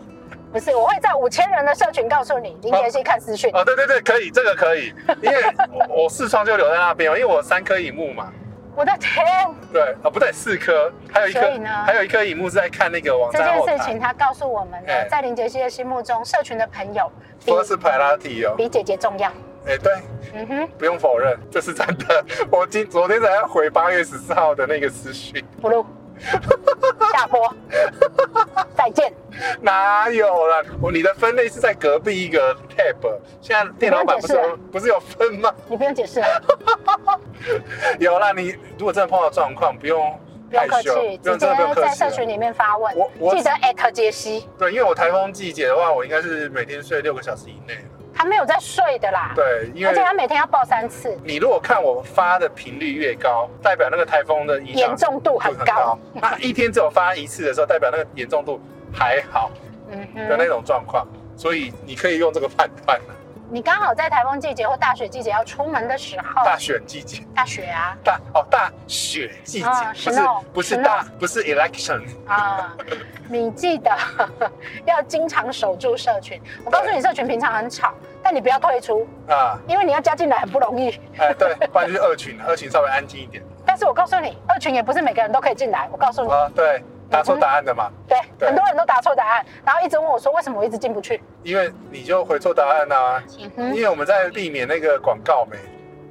Speaker 3: 不是，我会在五千人的社群告诉你，林杰西看私讯。
Speaker 1: 哦，对对对，可以，这个可以，因为我我视窗就留在那边嘛，因为我三颗荧幕嘛，
Speaker 3: 我的天，
Speaker 1: 对，哦不对，四颗，还有一颗
Speaker 3: 所以呢，
Speaker 1: 还有一颗荧幕是在看那个网
Speaker 3: 这
Speaker 1: 站
Speaker 3: 件
Speaker 1: 后
Speaker 3: 事
Speaker 1: 台
Speaker 3: 情，他告诉我们呢
Speaker 1: 哎，
Speaker 3: 在林杰西的心目中，社群的朋友比
Speaker 1: ，first priority 哦，
Speaker 3: 比姐姐重要。
Speaker 1: 哎对，
Speaker 3: 嗯哼，
Speaker 1: 不用否认，这是真的。我今昨天才回八月十四号的那个私讯，
Speaker 3: 不录， (laughs) 下播， (laughs) 再见。
Speaker 1: 哪有啦？我你的分类是在隔壁一个 tab，现在店老板不是
Speaker 3: 你不用
Speaker 1: 有不是有分吗？
Speaker 3: 你不用解释
Speaker 1: (laughs)
Speaker 3: 了，
Speaker 1: 有啦，你如果真的碰到状况，不用
Speaker 3: 不用
Speaker 1: 害
Speaker 3: 客
Speaker 1: 羞，
Speaker 3: 气，
Speaker 1: 不
Speaker 3: 直
Speaker 1: 用真的不用
Speaker 3: 接
Speaker 1: 客
Speaker 3: 在
Speaker 1: 气
Speaker 3: 社
Speaker 1: 了。
Speaker 3: 群里面发问
Speaker 1: 我。我
Speaker 3: 记得 at 杰西，
Speaker 1: 对，因为我台风季节的话，我应该是每天睡六个小时以内。
Speaker 3: 他没有在睡的啦，
Speaker 1: 对，因
Speaker 3: 而
Speaker 1: 为
Speaker 3: 且他每天要报三次，
Speaker 1: 你如果看我发的频率越高，代表那个台风的影响
Speaker 3: 严重度很
Speaker 1: 会很
Speaker 3: 高
Speaker 1: 高。。那一天只有发一次的时候，代表那个严重度还好。
Speaker 3: 嗯
Speaker 1: 的那
Speaker 3: 哼，
Speaker 1: 种状况，所以你可以用这个判断啊
Speaker 3: 你刚好在台风季节或大雪季节要出门的时候，
Speaker 1: 大选季节，
Speaker 3: 大雪啊
Speaker 1: 大哦大雪季节，
Speaker 3: 啊
Speaker 1: 不是
Speaker 3: snow，
Speaker 1: 不是
Speaker 3: snow
Speaker 1: 大不是 election，
Speaker 3: 啊，你记得 (laughs) 要经常守住社群。我告诉你，社群平常很吵，但你不要退出，
Speaker 1: 啊，
Speaker 3: 因为你要加进来很不容易。
Speaker 1: 哎对，不然就是二群，二群稍微安静一点
Speaker 3: 但是我告诉你，二群也不是每个人都可以进来。我告诉你，
Speaker 1: 啊，对，答
Speaker 3: 嗯
Speaker 1: 错答案的嘛，
Speaker 3: 对，
Speaker 1: 对
Speaker 3: 很多人都答错答案，然后一直问我说为什么我一直进不去。
Speaker 1: 因为你就回错答案啊。
Speaker 3: 嗯
Speaker 1: 因
Speaker 3: 哼，
Speaker 1: 为我们在避免那个广告没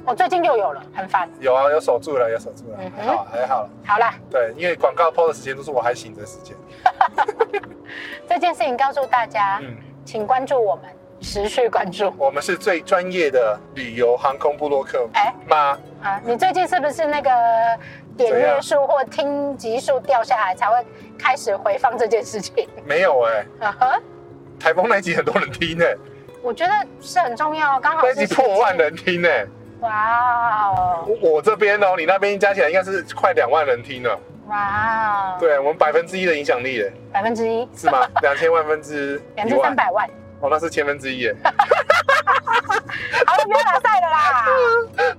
Speaker 3: 我最近又有了，很烦。
Speaker 1: 有啊，有守住了，有守住了，
Speaker 3: 嗯哼
Speaker 1: 还好还好。
Speaker 3: 好啦，
Speaker 1: 对，因为广告 PO 的时间都是我还醒的时间。
Speaker 3: 这件事情告诉大家，
Speaker 1: 嗯，
Speaker 3: 请关注我们，持续关注。
Speaker 1: 我们是最专业的旅游航空部落客
Speaker 3: 哎
Speaker 1: 吗？
Speaker 3: 啊，你最近是不是那个点阅数或听集数掉下来，才会开始回放这件事情？ (laughs)
Speaker 1: 没有哎、
Speaker 3: 啊哈，
Speaker 1: 台风那一集很多人听哎呢、
Speaker 3: 我觉得是很重要，刚好
Speaker 1: 那一
Speaker 3: 是
Speaker 1: 集
Speaker 3: 时机
Speaker 1: 破万。人听呢、
Speaker 3: 哇哦，
Speaker 1: 我我这边哦，你那边加起来应该是快两万人听了。
Speaker 3: 哇哦，，
Speaker 1: 对我们百分之一的影响力耶，
Speaker 3: 百分之一，(laughs)
Speaker 1: 是吗？两千万分之
Speaker 3: 两
Speaker 1: 一
Speaker 3: 千三
Speaker 1: 万，
Speaker 3: 百万。
Speaker 1: 哦，那是千分之一耶。 (laughs)
Speaker 3: 好了，不要打赛了
Speaker 1: (laughs)
Speaker 3: 啦，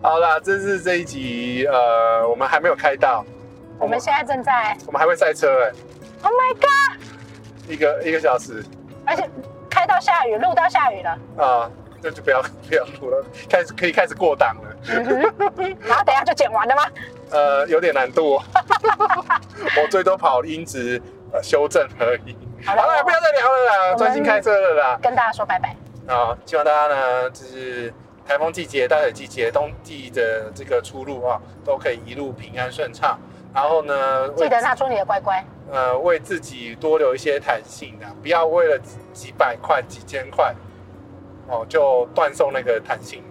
Speaker 1: 好啦，这是这一集，呃，我们还没有开到，
Speaker 3: 我们现在正在
Speaker 1: 我们还会赛车哎、
Speaker 3: ，Oh my God！
Speaker 1: 一个一个小时
Speaker 3: 而且开到下雨，录到下雨了，
Speaker 1: 啊，那就不要 (laughs) 不要录了，开始可以开始过档了，
Speaker 3: 嗯哼，然后等一下就剪完了吗？
Speaker 1: 呃，有点难
Speaker 3: (laughs)
Speaker 1: 度、哦，我最多跑音质、呃、修正而已。
Speaker 3: 好
Speaker 1: 好
Speaker 3: 了
Speaker 1: 了，不要再聊了啦，专心开车了啦。
Speaker 3: 跟大家说拜拜。
Speaker 1: 啊，希望大家呢，就是台风季节、大雪季节、冬季的这个出入啊，都可以一路平安顺畅。然后呢，
Speaker 3: 记
Speaker 1: 为
Speaker 3: 得拿出你的乖乖。
Speaker 1: 呃为自己多留一些弹性啊，不要为了几几百块、几千块哦就断送那个弹
Speaker 3: (laughs)
Speaker 1: 性，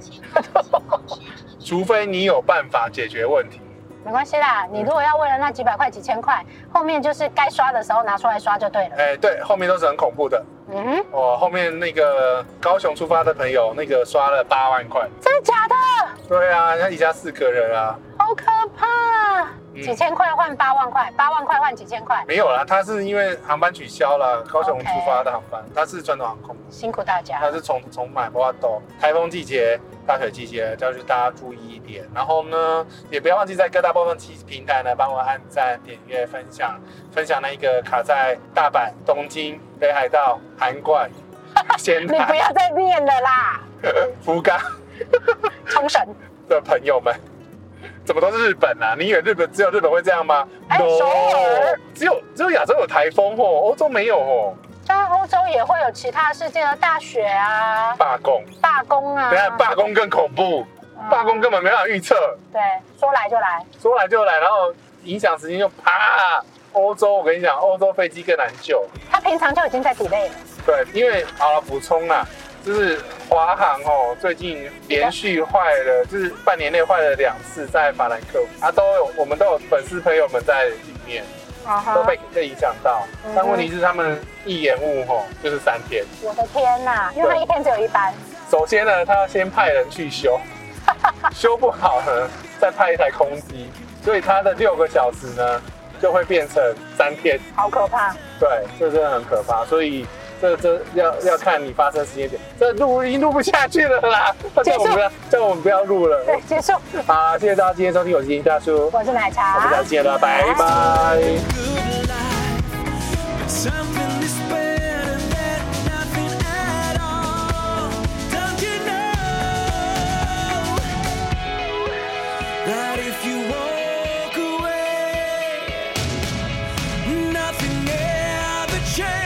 Speaker 1: 除非你有办法解决问题。
Speaker 3: 没关系啦，
Speaker 1: 嗯
Speaker 3: 你如果要为了那几百块、几千块，后面就是该刷的时候拿出来刷就对了。
Speaker 1: 哎，对，后面都是很恐怖的。
Speaker 3: 嗯哼，
Speaker 1: 哦，后面那个高雄出发的朋友，那个刷了八万块。
Speaker 3: 真的假的？
Speaker 1: 对啊，他一家四个人啊，
Speaker 3: 好可怕！
Speaker 1: 嗯
Speaker 3: 几千块换八万块，八万块换几千块，
Speaker 1: 没有啦，他是因为航班取消了，高雄
Speaker 3: OK
Speaker 1: 出发的航班，他是传统航空，
Speaker 3: 辛苦大家
Speaker 1: 他。是从从买波斗，台风季节、大雪季节，要去大家注意一点。然后呢，也不要忘记在各大播放器平台来帮我按赞、点阅、分享，分享那一个卡在大阪、东京、北海道、韩冠、仙
Speaker 3: (laughs) 你不
Speaker 1: 台、
Speaker 3: 要再念了
Speaker 1: (laughs)
Speaker 3: 啦，
Speaker 1: 福冈
Speaker 3: 冲绳！
Speaker 1: 的朋友们。怎么都是日本啊？你以为日本只有日本会这样吗
Speaker 3: 哎首尔
Speaker 1: 只有只有亚洲有台风哦，欧洲没有哦，
Speaker 3: 当然，欧洲也会有其他事件啊，大雪啊，
Speaker 1: 罢工。
Speaker 3: 罢工啊。
Speaker 1: 等一下罢工更恐怖，
Speaker 3: 嗯
Speaker 1: 罢工根本没办法预测，
Speaker 3: 对，说来就来。
Speaker 1: 说来就来，然后影响时间就啪。欧洲，我跟你讲，欧洲飞机更难救。
Speaker 3: 他平常就已经在 delay 了，
Speaker 1: 对，因为好了，补充啦，就是华航哦，最近连续坏了，就是半年内坏了两次在法兰克福啊，都有我们都有粉丝朋友们在里面，
Speaker 3: 啊哈
Speaker 1: 都被被影响到
Speaker 3: 嗯哼。
Speaker 1: 但问题是他们一延误吼，就是三天。
Speaker 3: 我的天呐、因为他一天只有一班，
Speaker 1: 首先呢，他要先派人去修，修不好呢，再派一台空机，所以他的六个小时呢，就会变成三天。
Speaker 3: 好可怕。
Speaker 1: 对，这真的很可怕。所以这这要要看你发生时间点。这录音录不下去了啦，
Speaker 3: 结
Speaker 1: 叫
Speaker 3: 束
Speaker 1: 我们不要叫我们不要录了。
Speaker 3: 对，结束。
Speaker 1: 好，谢谢大家今天收听，我是金大叔，
Speaker 3: 我是奶
Speaker 1: 我
Speaker 3: 茶
Speaker 1: 们下。次见了，拜拜。
Speaker 4: good life. But Something is better than nothing at all. Don't you know that if you walk away, nothing ever changes.